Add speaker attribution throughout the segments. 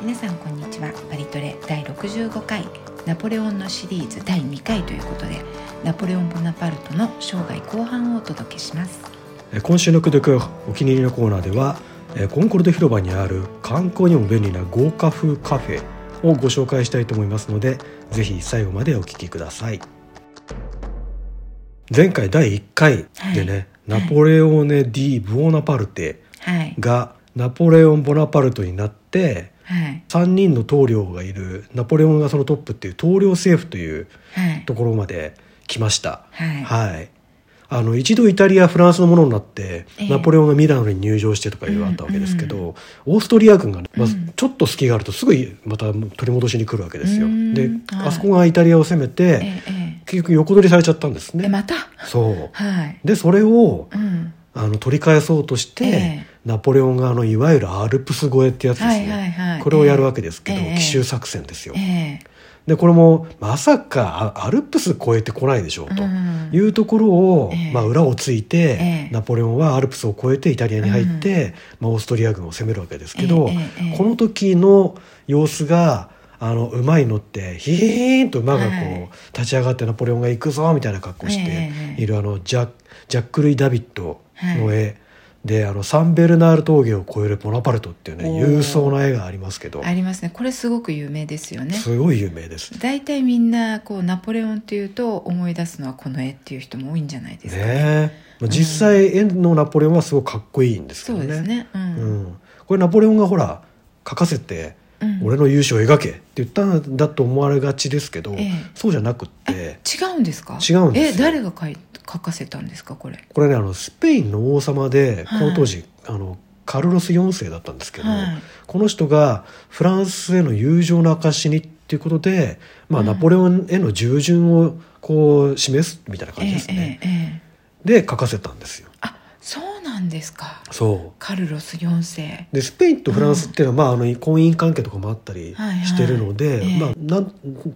Speaker 1: 皆さんこんにちはパリトレ第65回ナポレオンのシリーズ第2回ということでナポレオン・ボナパルトの生涯後半をお届けします
Speaker 2: えー今週のクドゥクお気に入りのコーナーではえーコンコルド広場にある観光にも便利な豪華風カフェをご紹介したいと思いますのでぜひ最後までお聞きください前回第1回でね、
Speaker 1: はい
Speaker 2: ナポレオーネ・ディ・ブオナパルテ
Speaker 1: はい
Speaker 2: がナポレオン・ボナパルトになって
Speaker 1: はい
Speaker 2: 3人の棟梁がいるナポレオンがそのトップっていう棟梁政府という
Speaker 1: はい
Speaker 2: ところまで来ました。
Speaker 1: はい
Speaker 2: はい、あの一度イタリアフランスのものになって、
Speaker 1: ええ
Speaker 2: ナポレオンがミラノに入城してとかいろいろあったわけですけど、
Speaker 1: うん
Speaker 2: オーストリア軍がね、まあ
Speaker 1: うん
Speaker 2: ちょっと隙があるとすぐまた取り戻しに来るわけですよ。
Speaker 1: うん
Speaker 2: で、
Speaker 1: はい
Speaker 2: あそこがイタリアを攻めて、
Speaker 1: えええ
Speaker 2: 結局横取りされちゃったんです
Speaker 1: ええ
Speaker 2: ね。
Speaker 1: また
Speaker 2: そう
Speaker 1: はい
Speaker 2: でそれを
Speaker 1: うん
Speaker 2: あの取り返そうとして、
Speaker 1: ええ
Speaker 2: ナポレオンがあのいわゆるアルプス越えってやつですね、
Speaker 1: はいはいはい
Speaker 2: これをやるわけですけど、
Speaker 1: ええ
Speaker 2: 奇襲作戦ですよ。
Speaker 1: え
Speaker 2: でこれもまさかあアルプス越えてこないでしょう
Speaker 1: え
Speaker 2: と。
Speaker 1: うん
Speaker 2: いうところを、
Speaker 1: ええ
Speaker 2: まあ、裏をついて、
Speaker 1: ええ
Speaker 2: ナポレオンはアルプスを越えてイタリアに入って、まあ、オーストリア軍を攻めるわけですけど、
Speaker 1: ええええええ
Speaker 2: この時の様子があの馬に乗ってヒヒヒーンと馬がこう、
Speaker 1: はい
Speaker 2: 立ち上がってナポレオンが行くぞみたいな格好をし
Speaker 1: え
Speaker 2: て
Speaker 1: えええ
Speaker 2: いる、あのジャジャック・ルイ・ダビッドの絵、であのサンベルナール峠を越えるボナパルトっていうね
Speaker 1: おー
Speaker 2: 勇壮な絵がありますけど、
Speaker 1: ありますねこれすごく有名ですよね
Speaker 2: すごい有名です。
Speaker 1: 大体みんなこうナポレオンっていうと思い出すのはこの絵っていう人も多いんじゃないですか、
Speaker 2: ねえま
Speaker 1: ん
Speaker 2: あ実際絵のナポレオンはすごくかっこいいんですけ
Speaker 1: そ
Speaker 2: ど
Speaker 1: う
Speaker 2: ね。
Speaker 1: ですねうん、
Speaker 2: うん、これナポレオンがほら書かせて
Speaker 1: うん
Speaker 2: 俺の勇姿を描けって言ったんだと思われがちですけど、
Speaker 1: ええ
Speaker 2: そうじゃなくって
Speaker 1: 違うんですか
Speaker 2: 違うんですよ
Speaker 1: え誰が書い書かせたんですかこれ
Speaker 2: これねあのスペインの王様でこ
Speaker 1: はい
Speaker 2: の当時、あのカルロス4世だったんですけど、
Speaker 1: はい
Speaker 2: この人がフランスへの友情の証しにっていうことで、まあ
Speaker 1: うん
Speaker 2: ナポレオンへの従順をこう示すみたいな感じですね、
Speaker 1: ええええええ
Speaker 2: で書かせたんですよ。
Speaker 1: あそうなんですか
Speaker 2: そう
Speaker 1: カルロス4世
Speaker 2: でスペインとフランスっていうのは、まあ、あの婚姻関係とかもあったり
Speaker 1: はいはい
Speaker 2: してるので、
Speaker 1: ええ
Speaker 2: まあ、なん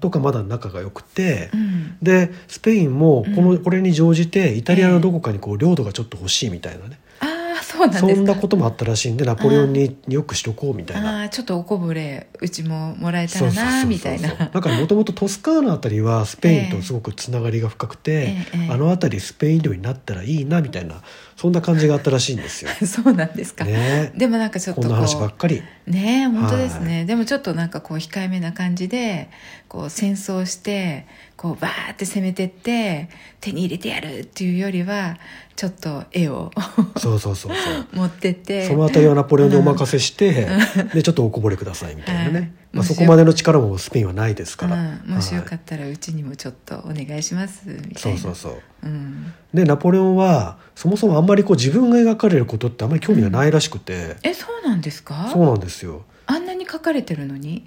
Speaker 2: とかまだ仲が良くて
Speaker 1: う、ん
Speaker 2: でスペインもこの、
Speaker 1: うん
Speaker 2: これに乗じてイタリアのどこかにこう領土がちょっと欲しいみたいなね、
Speaker 1: ああそうなんです
Speaker 2: そ
Speaker 1: か
Speaker 2: んなこともあったらしいんでナポレオンによくしとこうみたいな。
Speaker 1: ああちょっとおこぼれうちももらえた
Speaker 2: そう
Speaker 1: ら
Speaker 2: そうそう
Speaker 1: な
Speaker 2: そう
Speaker 1: みたいな
Speaker 2: だからもともとトスカーナあたりはスペインとすごくつながりが深くて、
Speaker 1: ええええ
Speaker 2: あの辺りスペイン領になったらいいなみたいなそんな感じがあったらしいんですよ。
Speaker 1: そうなんですか、
Speaker 2: ね
Speaker 1: でもなんかちょっと
Speaker 2: こんな話ば
Speaker 1: こ
Speaker 2: っかり。
Speaker 1: うねえ本当ですね、でもちょっとなんかこう控えめな感じでこう戦争してこうバーって攻めてって手に入れてやるっていうよりはちょっと絵を
Speaker 2: そうそうそうそう。
Speaker 1: 持ってって
Speaker 2: そのあたりはナポレオンにお任せして、でちょっとおこぼれくださいみたいなね、
Speaker 1: はい
Speaker 2: まあ、そこまでの力もスペインはないですから、
Speaker 1: うん、もしよか
Speaker 2: っ
Speaker 1: ったらうちにもちょっとお願いしますみたいな
Speaker 2: そうそうそう
Speaker 1: うん、
Speaker 2: でナポレオンはそもそもあんまりこう自分が描かれることってあんまり興味がないらしくて、
Speaker 1: えそうなんですか
Speaker 2: そうなんですよ
Speaker 1: あんなに書かれてるのに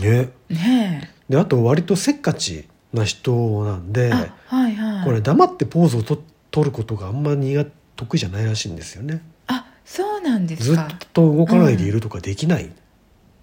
Speaker 2: ね
Speaker 1: ね
Speaker 2: であと割とせっかちな人なん
Speaker 1: え、
Speaker 2: で
Speaker 1: あはいはい
Speaker 2: これ黙ってポーズをと取ることがあんま苦手得意じゃないらしいんですよね
Speaker 1: あそうなんです
Speaker 2: ずっ
Speaker 1: か
Speaker 2: と動かないでいるとかできない、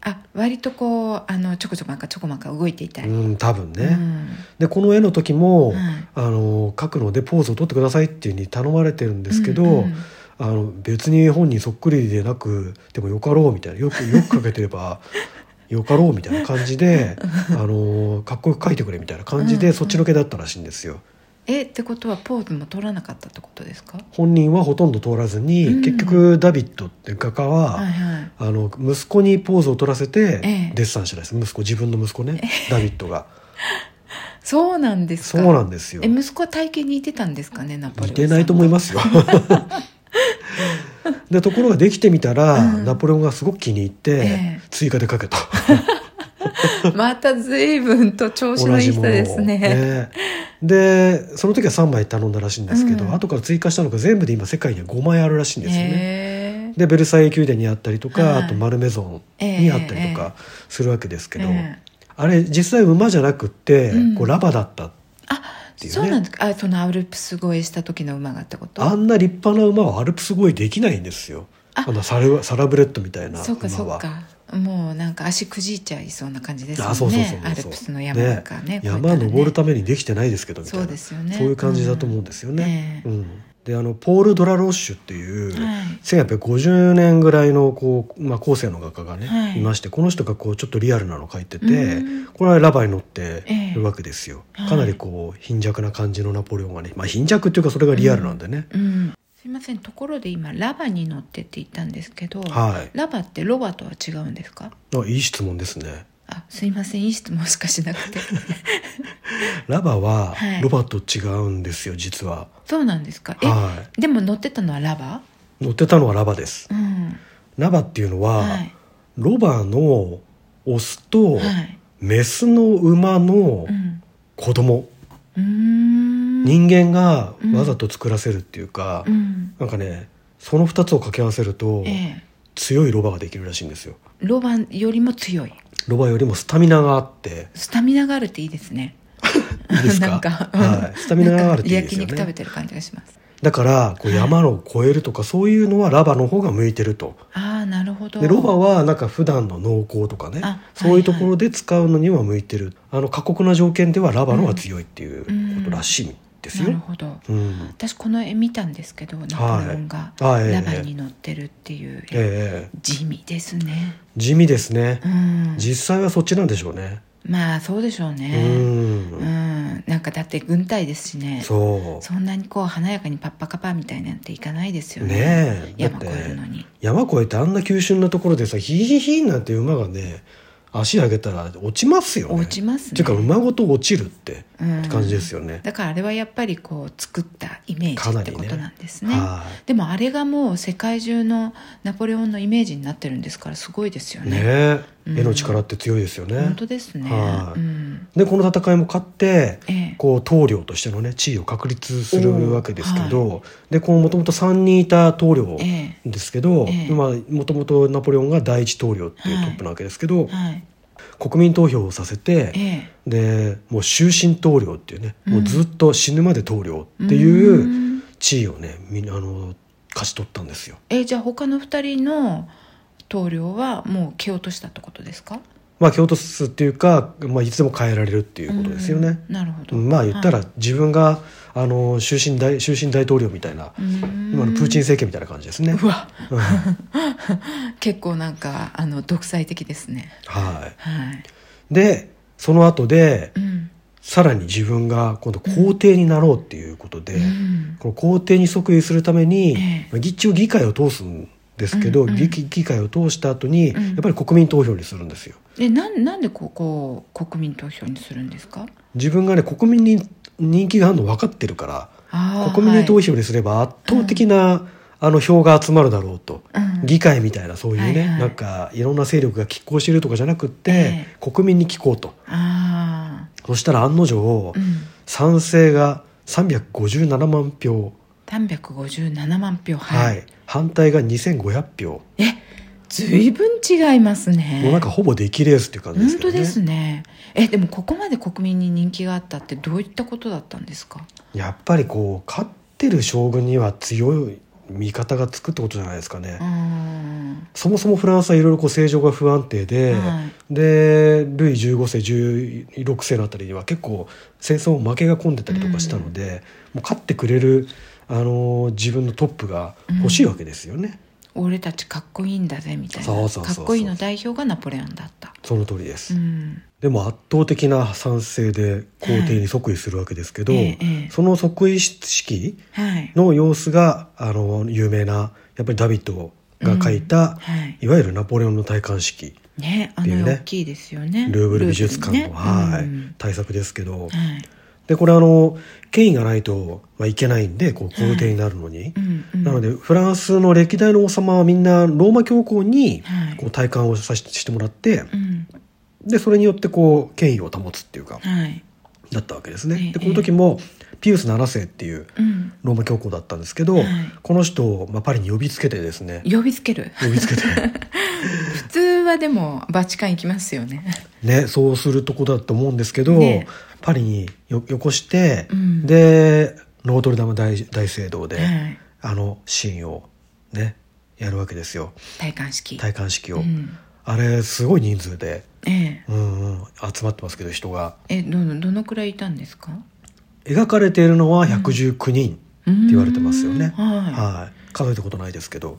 Speaker 1: あ割とこうあのちょこちょこなんかちょこまんか動いていたい、
Speaker 2: うん、多分ね、
Speaker 1: うん
Speaker 2: でこの絵の時も、
Speaker 1: はい
Speaker 2: あの描くのでポーズを取ってくださいっていうふうに頼まれてるんですけど、
Speaker 1: うんうん
Speaker 2: あの別に本人そっくりでなくてもよかろうみたいなよくよく描けてれば よかろうみたいな感じであのかっこよく描いてくれみたいな感じ
Speaker 1: うんう
Speaker 2: で
Speaker 1: ん
Speaker 2: そっちのけだったらしいんですよ。
Speaker 1: えってことはポーズも取らなかったってことですか
Speaker 2: 本人はほとんど通らずに、
Speaker 1: うん
Speaker 2: 結局ダビッドっていう画家は、
Speaker 1: はいはい
Speaker 2: あの息子にポーズを取らせて
Speaker 1: ええ
Speaker 2: デッサンしたらしいです息子自分の息子ね、ダビッドが
Speaker 1: そうなんです
Speaker 2: そ
Speaker 1: か
Speaker 2: うなんですよ
Speaker 1: え息子は体型に似てたんですかねナポレオ
Speaker 2: 似
Speaker 1: ン
Speaker 2: てないと思いま すよ。でところができてみたら、
Speaker 1: うん
Speaker 2: ナポレオンがすごく気に入って、
Speaker 1: ええ
Speaker 2: 追加でかけた
Speaker 1: す また随分と調子のいい人ですね
Speaker 2: ねでその時は3枚頼んだらしいんですけど、
Speaker 1: うん
Speaker 2: 後から追加したのが全部で今世界には5枚あるらしいんですよね。
Speaker 1: へ
Speaker 2: でベルサイユ宮殿にあったりとか、
Speaker 1: はい
Speaker 2: あとマルメゾンにあったりと
Speaker 1: え
Speaker 2: かするわけですけ
Speaker 1: え
Speaker 2: ど、
Speaker 1: ええ
Speaker 2: あれ実際馬じゃなくって、
Speaker 1: うん
Speaker 2: こうラバだった
Speaker 1: あ
Speaker 2: ていうね
Speaker 1: そうなんですかあそのアルプス越えした時の馬がってこと
Speaker 2: あんな立派な馬はアルプス越えできないんですよ
Speaker 1: あ
Speaker 2: あのサルサラブレッドみたいな馬は
Speaker 1: そうかそうかもうなんか足くじいちゃいそうな感じですよね
Speaker 2: あそうそうそうそう
Speaker 1: アルプスの山とかね
Speaker 2: 山登る
Speaker 1: と
Speaker 2: ためにできてないですけどみたいな
Speaker 1: そうですよね
Speaker 2: そういう感じだと思うんですよね、
Speaker 1: うんええ
Speaker 2: うんであのポール・ドラロッシュっていう、
Speaker 1: はい
Speaker 2: 1850年ぐらいのこう、まあ、後世の画家がね、
Speaker 1: はい
Speaker 2: い、ましてこの人がこうちょっとリアルなの描いてて、
Speaker 1: うん
Speaker 2: これはラバーに乗って
Speaker 1: ええ
Speaker 2: るわけですよ、
Speaker 1: はい
Speaker 2: かなりこう貧弱な感じのナポレオンがね、まあ、貧弱っていうかそれがリアルなんでね、
Speaker 1: うん、すいませんところで今ラバに乗ってって言ったんですけど、
Speaker 2: はい
Speaker 1: ラバってロバとは違うんですか
Speaker 2: あいい質問ですね
Speaker 1: あすいませんいい質問しかしな くて
Speaker 2: ラバは
Speaker 1: はい
Speaker 2: ロバと違うんですよ実は、
Speaker 1: そうなんですかえ、
Speaker 2: は
Speaker 1: でも乗ってたのはラバ
Speaker 2: い、乗ってたのはラバです
Speaker 1: うん
Speaker 2: ラバっていうのは、
Speaker 1: はい
Speaker 2: ロバのオスと
Speaker 1: はい
Speaker 2: メスの馬の
Speaker 1: うん
Speaker 2: 子供、
Speaker 1: うーん
Speaker 2: 人間が
Speaker 1: うん
Speaker 2: わざと作らせるっていうか、
Speaker 1: うん
Speaker 2: なんかねその2つを掛け合わせると、
Speaker 1: ええ
Speaker 2: 強いロバができるらしいんですよ
Speaker 1: ロバよりも強い
Speaker 2: ロバよりもスタミナがあって
Speaker 1: スタミナがあるっていいですね
Speaker 2: いいですか
Speaker 1: なんか、
Speaker 2: はい、スタミナがあるっていいですよ
Speaker 1: なんか焼肉食べ
Speaker 2: ね
Speaker 1: てる感じがします
Speaker 2: だからこう山を越えるとかそういうのはラバの方が向いてると
Speaker 1: ああなるほど
Speaker 2: でロバはなんか普段の農耕とかね
Speaker 1: あ
Speaker 2: そういうところで使うのには向いてる、あの過酷な条件ではラバの方が強いっていうことらしいんです
Speaker 1: な
Speaker 2: よ、う
Speaker 1: る
Speaker 2: ん
Speaker 1: ほど私この絵見たんですけどナポレオンが
Speaker 2: あええ
Speaker 1: ラバに乗ってるっていう絵、
Speaker 2: ええ
Speaker 1: 地味ですね
Speaker 2: 地味ですね
Speaker 1: う、ん
Speaker 2: 実際はそっちなんでしょうね、
Speaker 1: まあそうでしょうねうん
Speaker 2: うん
Speaker 1: なんかだって軍隊ですしね
Speaker 2: そう
Speaker 1: そんなにこう華やかにパッパカパみたいなんていかないですよね
Speaker 2: ねえだっ
Speaker 1: 山
Speaker 2: て
Speaker 1: 越えるのに
Speaker 2: 山越えてあんな急峻なところでさヒヒヒなんて馬がね足上げたら落ちますよね
Speaker 1: 落ちますね
Speaker 2: っていうか馬ごと落ちるって,、
Speaker 1: うん
Speaker 2: って感じですよね
Speaker 1: だからあれはやっぱりこう作ったイメー
Speaker 2: か
Speaker 1: ジ
Speaker 2: な
Speaker 1: って
Speaker 2: り
Speaker 1: こ
Speaker 2: ね
Speaker 1: となんですね
Speaker 2: はい
Speaker 1: でもあれがもう世界中のナポレオンのイメージになってるんですからすごいですよね
Speaker 2: ねえ、
Speaker 1: うん
Speaker 2: 絵の力って強いですよね
Speaker 1: 本当ですね、
Speaker 2: はい
Speaker 1: うん
Speaker 2: でこの戦いも勝って
Speaker 1: ええ
Speaker 2: こう棟梁としてのね地位を確立するわけですけ
Speaker 1: お
Speaker 2: ど、でこうもともと3人いた棟梁
Speaker 1: え
Speaker 2: ですけど
Speaker 1: ええ
Speaker 2: もともとナポレオンが第一棟梁っていう
Speaker 1: はい
Speaker 2: トップなわけですけど、
Speaker 1: えはい
Speaker 2: 国民投票をさせて、
Speaker 1: ええ
Speaker 2: でもう終身棟梁っていうね、
Speaker 1: うん
Speaker 2: もうずっと死ぬまで棟梁っていう
Speaker 1: ーん
Speaker 2: 地位をねみんなあの勝ち取ったんですよ。
Speaker 1: えじゃあ他の2人の棟梁はもう蹴落としたってことですか
Speaker 2: まあ京都すっていうか、まあ、いつでも変えられるっていうことですよね。
Speaker 1: うんなるほど
Speaker 2: まあ言った
Speaker 1: は
Speaker 2: ら
Speaker 1: い
Speaker 2: 自分があの終身大終身大統領みたいな
Speaker 1: うーん
Speaker 2: 今のプーチン政権みたいな感じですね。
Speaker 1: うわ
Speaker 2: うん
Speaker 1: 結構なんかあの独裁的ですね
Speaker 2: は
Speaker 1: はい、
Speaker 2: い、でその後で
Speaker 1: うん
Speaker 2: さらに自分が今度皇帝になろうっていうことで、
Speaker 1: うん
Speaker 2: この皇帝に即位するために、
Speaker 1: ええ
Speaker 2: まあ一応議会を通すんですけど、
Speaker 1: うんうん
Speaker 2: 議議会を通した後に、
Speaker 1: うん
Speaker 2: やっぱり国民投票にするんですよ。
Speaker 1: えなんなんでここを国民投票にするんですか
Speaker 2: 自分がね国民に人気があるの分かってるから
Speaker 1: あー
Speaker 2: 国民に投
Speaker 1: はい
Speaker 2: 票にすれば圧倒的な、あの票が集まるだろうと、
Speaker 1: うん
Speaker 2: 議会みたいなそういうね、
Speaker 1: はいはい
Speaker 2: なんかいろんな勢力が拮抗してるとかじゃなくって、
Speaker 1: え
Speaker 2: 国民に聞こうと
Speaker 1: あ
Speaker 2: そしたら案の定、
Speaker 1: あうん
Speaker 2: 賛成が357万票、
Speaker 1: 357万票
Speaker 2: はい
Speaker 1: はい、
Speaker 2: 反対が2500票、
Speaker 1: ずいぶん違いますね
Speaker 2: もうなんかほぼ出来レースっていう感じです
Speaker 1: 本
Speaker 2: けど
Speaker 1: 当
Speaker 2: ね
Speaker 1: ですねえでもここまで国民に人気があったってどういったことだったんですか
Speaker 2: やっぱりこう勝ってる将軍には強い味方がつくってことじゃないですかね、
Speaker 1: うーん
Speaker 2: そもそもフランスはいろいろこう政情が不安定で、
Speaker 1: はい
Speaker 2: でルイ15世16世のあたりには結構戦争負けが込んでたりとかしたので、もう勝ってくれる、あのー自分のトップが欲しいわけですよね、
Speaker 1: 俺たちかっこいいんだぜみたいな
Speaker 2: そうそうそう
Speaker 1: か
Speaker 2: そう
Speaker 1: っこいいの代表がナポレオンだった
Speaker 2: その通りです、
Speaker 1: うん
Speaker 2: でも圧倒的な賛成で皇帝に即位するわけですけど、
Speaker 1: ええええ
Speaker 2: その即位式
Speaker 1: はい
Speaker 2: の様子があの有名なやっぱりダビッドが書いた、
Speaker 1: はい
Speaker 2: いわゆるナポレオンの戴冠式
Speaker 1: ねあ
Speaker 2: っていう
Speaker 1: の
Speaker 2: ね
Speaker 1: 大きいですよね
Speaker 2: ルーブル美術館の、
Speaker 1: ルーブルね
Speaker 2: はい
Speaker 1: うん
Speaker 2: 対策ですけど、
Speaker 1: はい
Speaker 2: でこれあの権威がないと、まあ、いけないんでこう皇帝になるのに、
Speaker 1: うんうん
Speaker 2: なのでフランスの歴代の王様はみんなローマ教皇に
Speaker 1: はい
Speaker 2: こう戴冠をさししてもらって
Speaker 1: うん
Speaker 2: でそれによってこう権威を保つっていうか
Speaker 1: はい
Speaker 2: だったわけです
Speaker 1: え
Speaker 2: ね
Speaker 1: え。
Speaker 2: でこの時もピウス7世っていう
Speaker 1: うん
Speaker 2: ローマ教皇だったんですけど、
Speaker 1: はい
Speaker 2: この人を、まあ、パリに呼びつけてですね
Speaker 1: 呼びつける
Speaker 2: 呼びつけて
Speaker 1: 普通はでもバチカン行きますよね
Speaker 2: ねそうするとこだと思うんですけど、
Speaker 1: ね
Speaker 2: パリによよこして、
Speaker 1: うん
Speaker 2: でノートルダム大大聖堂で、
Speaker 1: はい
Speaker 2: あのシーンをねやるわけですよ
Speaker 1: 戴冠式
Speaker 2: 戴冠式を、
Speaker 1: うん
Speaker 2: あれすごい人数で、
Speaker 1: ええ
Speaker 2: うんうん、集まってますけど人が
Speaker 1: えどのどのくらいいたんですか
Speaker 2: 描かれているのは119人、
Speaker 1: うって
Speaker 2: 言われてますよね
Speaker 1: は
Speaker 2: はい、数えたことないですけど、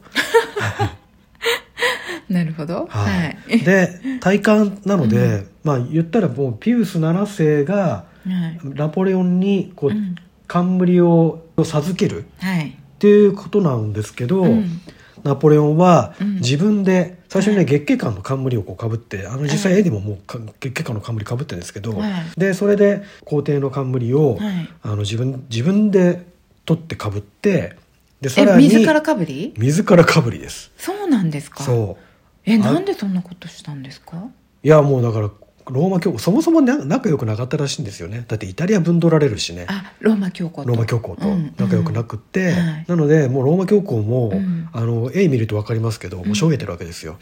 Speaker 1: い。なるほど。
Speaker 2: は
Speaker 1: はいい。
Speaker 2: で体感なので、まあ言ったらもうピウス7世が
Speaker 1: はい。
Speaker 2: ナポレオンにこう、
Speaker 1: うん
Speaker 2: 冠を授けるっ
Speaker 1: はい。
Speaker 2: ていうことなんですけど、
Speaker 1: うん
Speaker 2: ナポレオンは
Speaker 1: うん
Speaker 2: 自分で最初にね、
Speaker 1: はい
Speaker 2: 月桂冠の冠をこうかぶってあの実際
Speaker 1: はい
Speaker 2: エディももうか月桂冠の冠かぶってるんですけど、
Speaker 1: はい
Speaker 2: でそれで皇帝の冠を、
Speaker 1: はい。
Speaker 2: あの自分自分で取ってかぶってでさ
Speaker 1: え、
Speaker 2: らに
Speaker 1: 自らかぶり
Speaker 2: 自らかぶりです。
Speaker 1: そうなんですか
Speaker 2: そう
Speaker 1: え、
Speaker 2: あ
Speaker 1: なんでそんなことしたんですか
Speaker 2: いやもうだからローマ教皇そもそもな仲良くなかったらしいんですよねだってイタリア分取られるしね
Speaker 1: あ、ローマ教皇と。
Speaker 2: ローマ教皇と
Speaker 1: うん
Speaker 2: 仲良くなくっ
Speaker 1: う
Speaker 2: て、
Speaker 1: んはい
Speaker 2: なのでもうローマ教皇も、
Speaker 1: うん
Speaker 2: あの絵見ると分かりますけどもうしょげてるわけです よ。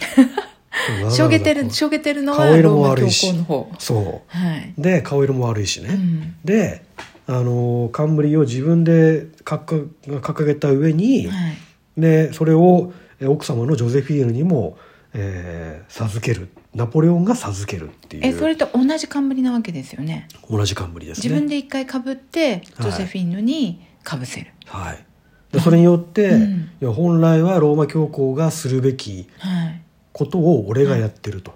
Speaker 2: うん
Speaker 1: しょげてる、しょげてるのは
Speaker 2: 顔色
Speaker 1: ロ
Speaker 2: も
Speaker 1: ーマ
Speaker 2: 悪
Speaker 1: 教
Speaker 2: いし
Speaker 1: 皇の方。
Speaker 2: そ
Speaker 1: はい。
Speaker 2: うで顔色も悪いし
Speaker 1: う
Speaker 2: ね、
Speaker 1: ん。
Speaker 2: であの冠を自分で掲掲げた上に、
Speaker 1: はい。
Speaker 2: でそれをえ奥様のジョゼフィーヌにも、えー授けるナポレオンが授けるっていう
Speaker 1: え、それと同じ冠なわけですよね。
Speaker 2: 同じ冠ですね。
Speaker 1: 自分で一回かぶって、ジ
Speaker 2: はい
Speaker 1: ョセフィーヌにかぶせる。
Speaker 2: はい、でそれによって、
Speaker 1: うん
Speaker 2: いや本来はローマ教皇がするべき
Speaker 1: はい。
Speaker 2: ことを俺がやってると、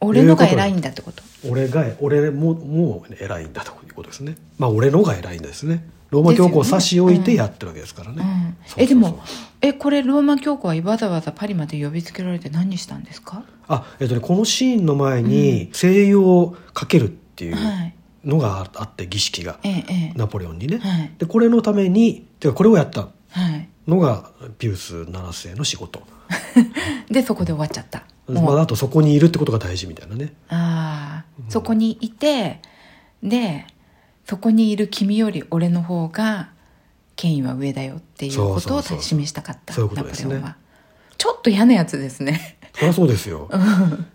Speaker 1: 俺のが偉いんだってこと。
Speaker 2: 俺が俺ももう偉いんだということですねまあ俺のが偉いんですねローマ教皇を差し置いてやってるわけですからね
Speaker 1: うん
Speaker 2: そうそうそう
Speaker 1: えでもえこれローマ教皇はわざわざパリまで呼びつけられて何したんですか、
Speaker 2: あ、えっとね、このシーンの前に西洋をかけるっていう
Speaker 1: はい
Speaker 2: のがあって儀式が
Speaker 1: えええ
Speaker 2: ナポレオンにね、
Speaker 1: えはい
Speaker 2: でこれのためにてかこれをやった
Speaker 1: はい
Speaker 2: のがピウス7世の仕事
Speaker 1: でそこで終わっちゃった
Speaker 2: ま
Speaker 1: もう
Speaker 2: ああとそこにいるってことが大事みたいなね
Speaker 1: あ
Speaker 2: うん
Speaker 1: あそこにいてでそこにいる君より俺の方が権威は上だよっていうこ
Speaker 2: そ
Speaker 1: と
Speaker 2: う
Speaker 1: を
Speaker 2: そうそう
Speaker 1: 示したかった
Speaker 2: そういうことですね
Speaker 1: ナポレオンはちょっと嫌なやつですね
Speaker 2: そりゃそうですよ。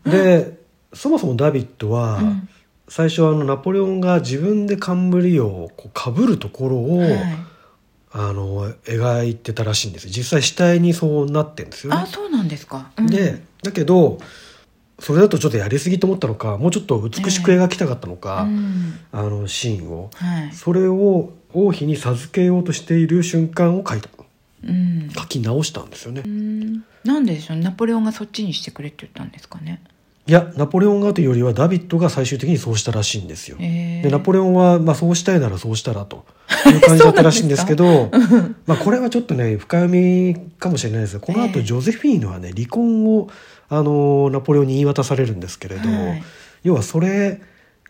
Speaker 2: でそもそもダビッドは、
Speaker 1: うん
Speaker 2: 最初あのナポレオンが自分で冠をこうかぶるところを、
Speaker 1: はい
Speaker 2: あの描いてたらしいんです実際死体にそうなってんですよ
Speaker 1: あ
Speaker 2: ね。
Speaker 1: そうなんですか、うん
Speaker 2: でだけどそれだとちょっとやりすぎと思ったのかもうちょっと美しく描きたかったの
Speaker 1: う
Speaker 2: か、
Speaker 1: ん
Speaker 2: あのシーンを
Speaker 1: はい
Speaker 2: それを王妃に授けようとしている瞬間を描いた
Speaker 1: うん
Speaker 2: 描き直したんですよね。
Speaker 1: うんなんででしょうナポレオンがそっちにしてくれって言ったんですかね
Speaker 2: いやナポレオンがというよりはダビッドが最終的にそうしたらしいんですよ。
Speaker 1: え
Speaker 2: でナポ
Speaker 1: レ
Speaker 2: レオンは、まあ、そうしたいならそうしたらという感じだったらしいんで すけどまあこれはちょっとね深読みかもしれないですがこの後
Speaker 1: ええ
Speaker 2: ジョゼフィーヌはね離婚をあのナポレオンに言い渡されるんですけれど、
Speaker 1: はい
Speaker 2: 要はそれ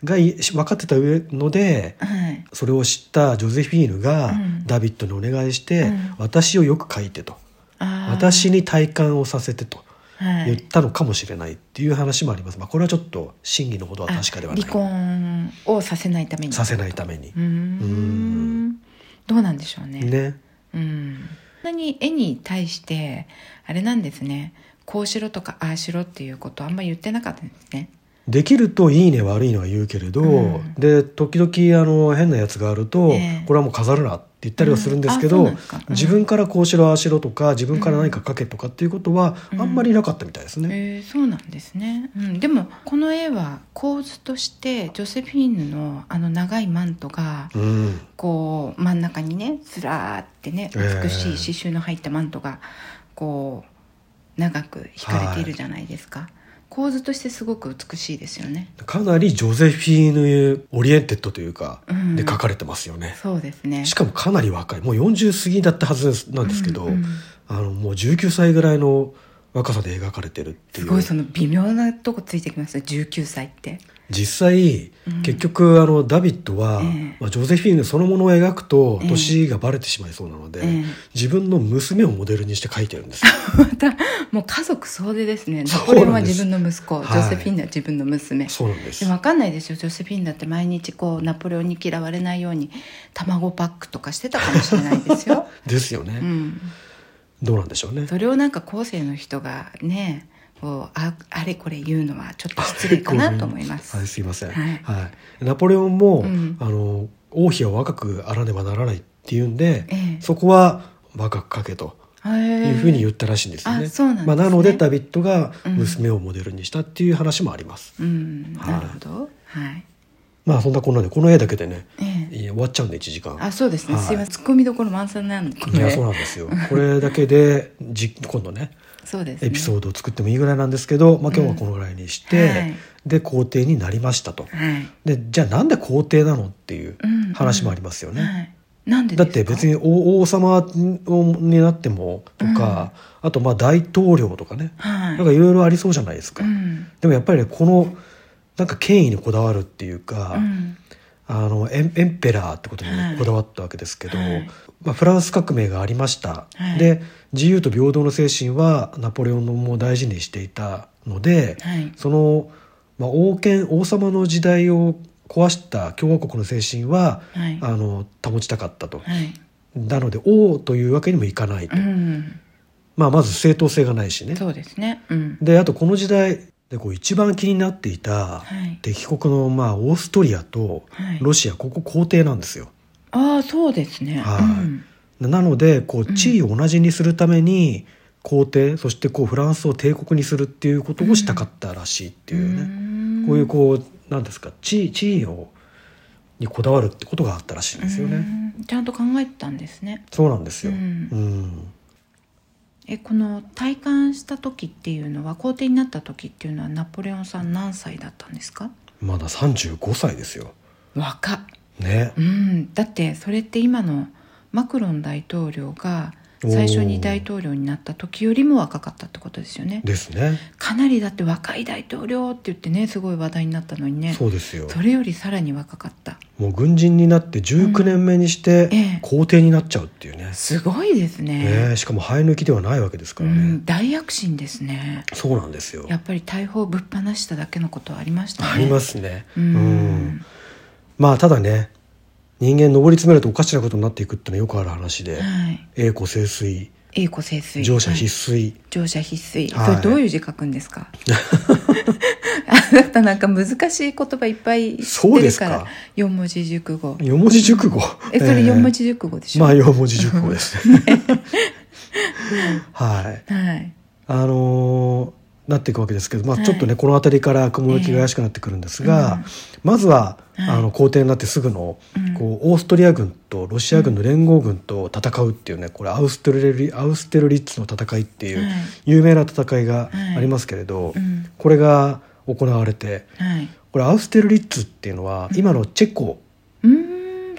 Speaker 2: がいし分かってた上ので
Speaker 1: はい
Speaker 2: それを知ったジョゼフィーヌが
Speaker 1: うん
Speaker 2: ダビッドにお願いして、
Speaker 1: うん
Speaker 2: 私をよく書いてと
Speaker 1: あー
Speaker 2: 私に体感をさせてと。
Speaker 1: はい
Speaker 2: 言ったのかもしれないっていう話もあります。まあこれはちょっと真偽のほどは確かではない。
Speaker 1: あ離婚をさせないために
Speaker 2: させないために
Speaker 1: うー。ん
Speaker 2: うん
Speaker 1: どうなんでしょうね
Speaker 2: ね。
Speaker 1: うんそんなに絵に対してあれなんですねこうしろとかああしろっていうことあんまり言ってなかったんですね
Speaker 2: できるといいね悪いのは言うけれど、
Speaker 1: うん
Speaker 2: で時々あの変なやつがあると、
Speaker 1: ええ
Speaker 2: これはもう飾るなって言ったりはするんですけ
Speaker 1: う
Speaker 2: ど、
Speaker 1: んあそうなんですかうん
Speaker 2: 自分からこうしろああしろとか自分から何か書けとかっていうことは
Speaker 1: うん
Speaker 2: あんまりなかったみたいですね。
Speaker 1: えーそうなんですね、うん、でもこの絵は構図としてジョセフィーヌのあの長いマントが
Speaker 2: うん
Speaker 1: こう真ん中にねずらーってね
Speaker 2: ええ
Speaker 1: 美しい刺繍の入ったマントがこう長く引かれているじゃないですか、構図としてすごく美しいですよね
Speaker 2: かなりジョゼフィーヌオリエンテッドというか、
Speaker 1: うん
Speaker 2: で書かれてますよね。
Speaker 1: そうですね
Speaker 2: しかもかなり若いもう40過ぎだったはずなんですけど、
Speaker 1: うんうん
Speaker 2: あのもう19歳ぐらいの若さで描かれてるってい
Speaker 1: す
Speaker 2: う
Speaker 1: ごいその微妙なとこついてきました19歳って
Speaker 2: 実際、
Speaker 1: うん
Speaker 2: 結局あのダビッドは、
Speaker 1: ええ
Speaker 2: まあ、ジョゼフィーヌそのものを描くと
Speaker 1: ええ
Speaker 2: 年がバレてしまいそうなので、
Speaker 1: ええ
Speaker 2: 自分の娘をモデルにして描いてるんで すよ
Speaker 1: またもう家族総出ですね
Speaker 2: そ
Speaker 1: ナポ
Speaker 2: うなんです
Speaker 1: レオンは自分の息子
Speaker 2: はい
Speaker 1: ジョセフィーヌは自分の娘、
Speaker 2: そうなんです
Speaker 1: でも分かんないですよジョセフィーヌだって毎日こうナポレオンに嫌われないように卵パックとかしてたかもしれないです よ、
Speaker 2: ですよね、
Speaker 1: うん、
Speaker 2: どうなんでしょうね
Speaker 1: それをなんか後世の人がねこうああれこれ言うのはちょっと失礼かなと思います
Speaker 2: はい、すいません、は
Speaker 1: はいい
Speaker 2: ナポレオンも、
Speaker 1: うん
Speaker 2: あの王妃は若くあらねばならないっていうんで、
Speaker 1: ええ
Speaker 2: そこは若く描けとい
Speaker 1: いう
Speaker 2: ふうに言ったらしいんですよね。
Speaker 1: あそうなんですね
Speaker 2: まあ、なのでダビッドが娘をモデルにしたっていう話もあります。
Speaker 1: うん
Speaker 2: はい
Speaker 1: なるほどはい、
Speaker 2: まあそんなこんなでこの絵だけでね
Speaker 1: ええ
Speaker 2: いや終わっちゃうんで1時間
Speaker 1: あそうですね、
Speaker 2: はい
Speaker 1: すいませんツッコミどころ満載なのこ
Speaker 2: いや
Speaker 1: れ
Speaker 2: そうなんですよこれだけでじ今度ね
Speaker 1: そうですね
Speaker 2: エピソードを作ってもいいぐらいなんですけど、まあ、今日はこのぐらいにして、
Speaker 1: うんはい
Speaker 2: で皇帝になりましたと
Speaker 1: はい
Speaker 2: でじゃあなんで皇帝なのっていう
Speaker 1: うん
Speaker 2: 話もありますよね、
Speaker 1: はい、なんで
Speaker 2: だ
Speaker 1: ですか
Speaker 2: って別に王王様になってもとか、あとまあ大統領とかね、
Speaker 1: はい
Speaker 2: なんかいろいろありそうじゃないですか、
Speaker 1: うん
Speaker 2: でもやっぱりねこのなんか権威にこだわるっていうか、
Speaker 1: うん
Speaker 2: あのエンエンペラーってことに
Speaker 1: はい
Speaker 2: こだわったわけですけど、
Speaker 1: はい
Speaker 2: まあ、フランス革命がありました、
Speaker 1: はい
Speaker 2: で自由と平等の精神はナポレオンも大事にしていたので、
Speaker 1: はい
Speaker 2: その、まあ、王権王様の時代を壊した共和国の精神は、
Speaker 1: はい
Speaker 2: あの保ちたかったと、
Speaker 1: はい
Speaker 2: なので王というわけにもいかないと、
Speaker 1: うん
Speaker 2: まあ、まず正当性がないしね
Speaker 1: そうですねうん
Speaker 2: であとこの時代でこう一番気になっていた
Speaker 1: はい
Speaker 2: 敵国のまあオーストリアと
Speaker 1: はい
Speaker 2: ロシアここ皇帝なんですよ。
Speaker 1: ああそうですね
Speaker 2: はい
Speaker 1: うん
Speaker 2: なのでこう地位を同じにするために皇帝そしてこうフランスを帝国にするっていうことをしたかったらしいっていうね、
Speaker 1: ね
Speaker 2: こういうこう何ですか地位地位をにこだわるってことがあったらしいんですよね。
Speaker 1: うんちゃんと考えてたんですね
Speaker 2: そうなんですよ、
Speaker 1: うん
Speaker 2: うん
Speaker 1: えこの体感した時っていうのは皇帝になった時っていうのはナポレオンさん何歳だったんですか
Speaker 2: まだ35歳ですよ。
Speaker 1: 若っ
Speaker 2: ね
Speaker 1: う、んだってそれって今のマクロン大統領が
Speaker 2: おー
Speaker 1: 最初に大統領になった時よりも若かったってことですよね
Speaker 2: ですね。
Speaker 1: かなりだって若い大統領って言ってねすごい話題になったのにね
Speaker 2: そうですよ。
Speaker 1: それよりさらに若かった
Speaker 2: もう軍人になって19年目にして
Speaker 1: うんええ
Speaker 2: 皇帝になっちゃうっていうね。
Speaker 1: すごいです
Speaker 2: ね
Speaker 1: ね
Speaker 2: えしかも生え抜きではないわけですか
Speaker 1: う
Speaker 2: らね。
Speaker 1: ん大躍進ですね
Speaker 2: そうなんですよ。
Speaker 1: やっぱり大砲ぶっ放しただけのことはありましたね
Speaker 2: ありますね。
Speaker 1: う
Speaker 2: うん
Speaker 1: ん
Speaker 2: まあただね、人間上り詰めるとおかしなことになっていくってのはよくある話で、
Speaker 1: はい
Speaker 2: 栄枯盛衰、
Speaker 1: 栄枯盛衰
Speaker 2: 乗車必
Speaker 1: はい
Speaker 2: 衰。
Speaker 1: 乗車必須、
Speaker 2: はい
Speaker 1: それどういう字書くんですか あなたなんか難しい言葉いっぱい知っ
Speaker 2: そう
Speaker 1: て
Speaker 2: で
Speaker 1: る
Speaker 2: す
Speaker 1: か
Speaker 2: から
Speaker 1: 四文字熟語
Speaker 2: 四文字熟語。
Speaker 1: えそれ四文
Speaker 2: 字、
Speaker 1: 字熟語でしょ、
Speaker 2: まあ四文字熟語ですね。 はい。
Speaker 1: はい
Speaker 2: あのーなっていくわけですけど、まあ、
Speaker 1: はい
Speaker 2: ちょっとね、この辺りから雲行きが怪しくなってくるんですが、まずは、
Speaker 1: はい
Speaker 2: あの皇帝になってすぐの、
Speaker 1: うん
Speaker 2: こうオーストリア軍とロシア軍の連合軍と戦うっていうねこれアウステルリアウステルリッツの戦いってい
Speaker 1: は
Speaker 2: う
Speaker 1: い
Speaker 2: 有名な戦いが
Speaker 1: はい
Speaker 2: ありますけれど、
Speaker 1: うん
Speaker 2: これが行われて
Speaker 1: はい
Speaker 2: これアウステルリッツっていうのは今のチェコ
Speaker 1: うーん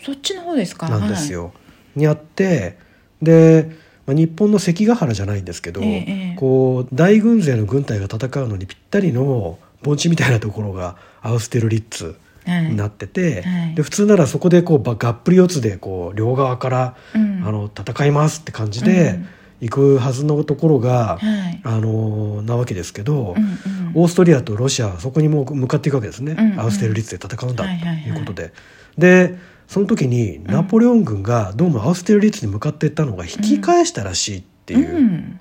Speaker 1: そっちの方ですか
Speaker 2: なんです、よ、にあってで、まあ、日本の関ヶ原じゃないんですけど、
Speaker 1: ええええ
Speaker 2: こう大軍勢の軍隊が戦うのにぴったりの盆地みたいなところがアウステルリッツ
Speaker 1: はいはい
Speaker 2: になってて、
Speaker 1: はい
Speaker 2: で普通ならそこでこうばがっぷり四つでこう両側から、
Speaker 1: うん
Speaker 2: あの戦いますって感じ
Speaker 1: う
Speaker 2: で
Speaker 1: ん
Speaker 2: 行くはずのところ
Speaker 1: は
Speaker 2: が、
Speaker 1: い
Speaker 2: あのなわけですけど、
Speaker 1: うんうん
Speaker 2: オーストリアとロシアはそこにもう向かっていくわけですね、
Speaker 1: うんうん
Speaker 2: アウステルリッツで戦うんだと
Speaker 1: はいはいはい
Speaker 2: いうことで、でその時にナポレオン軍がどうもアウステルリッツに向かっていったのが引き返したらしいっていう、
Speaker 1: うん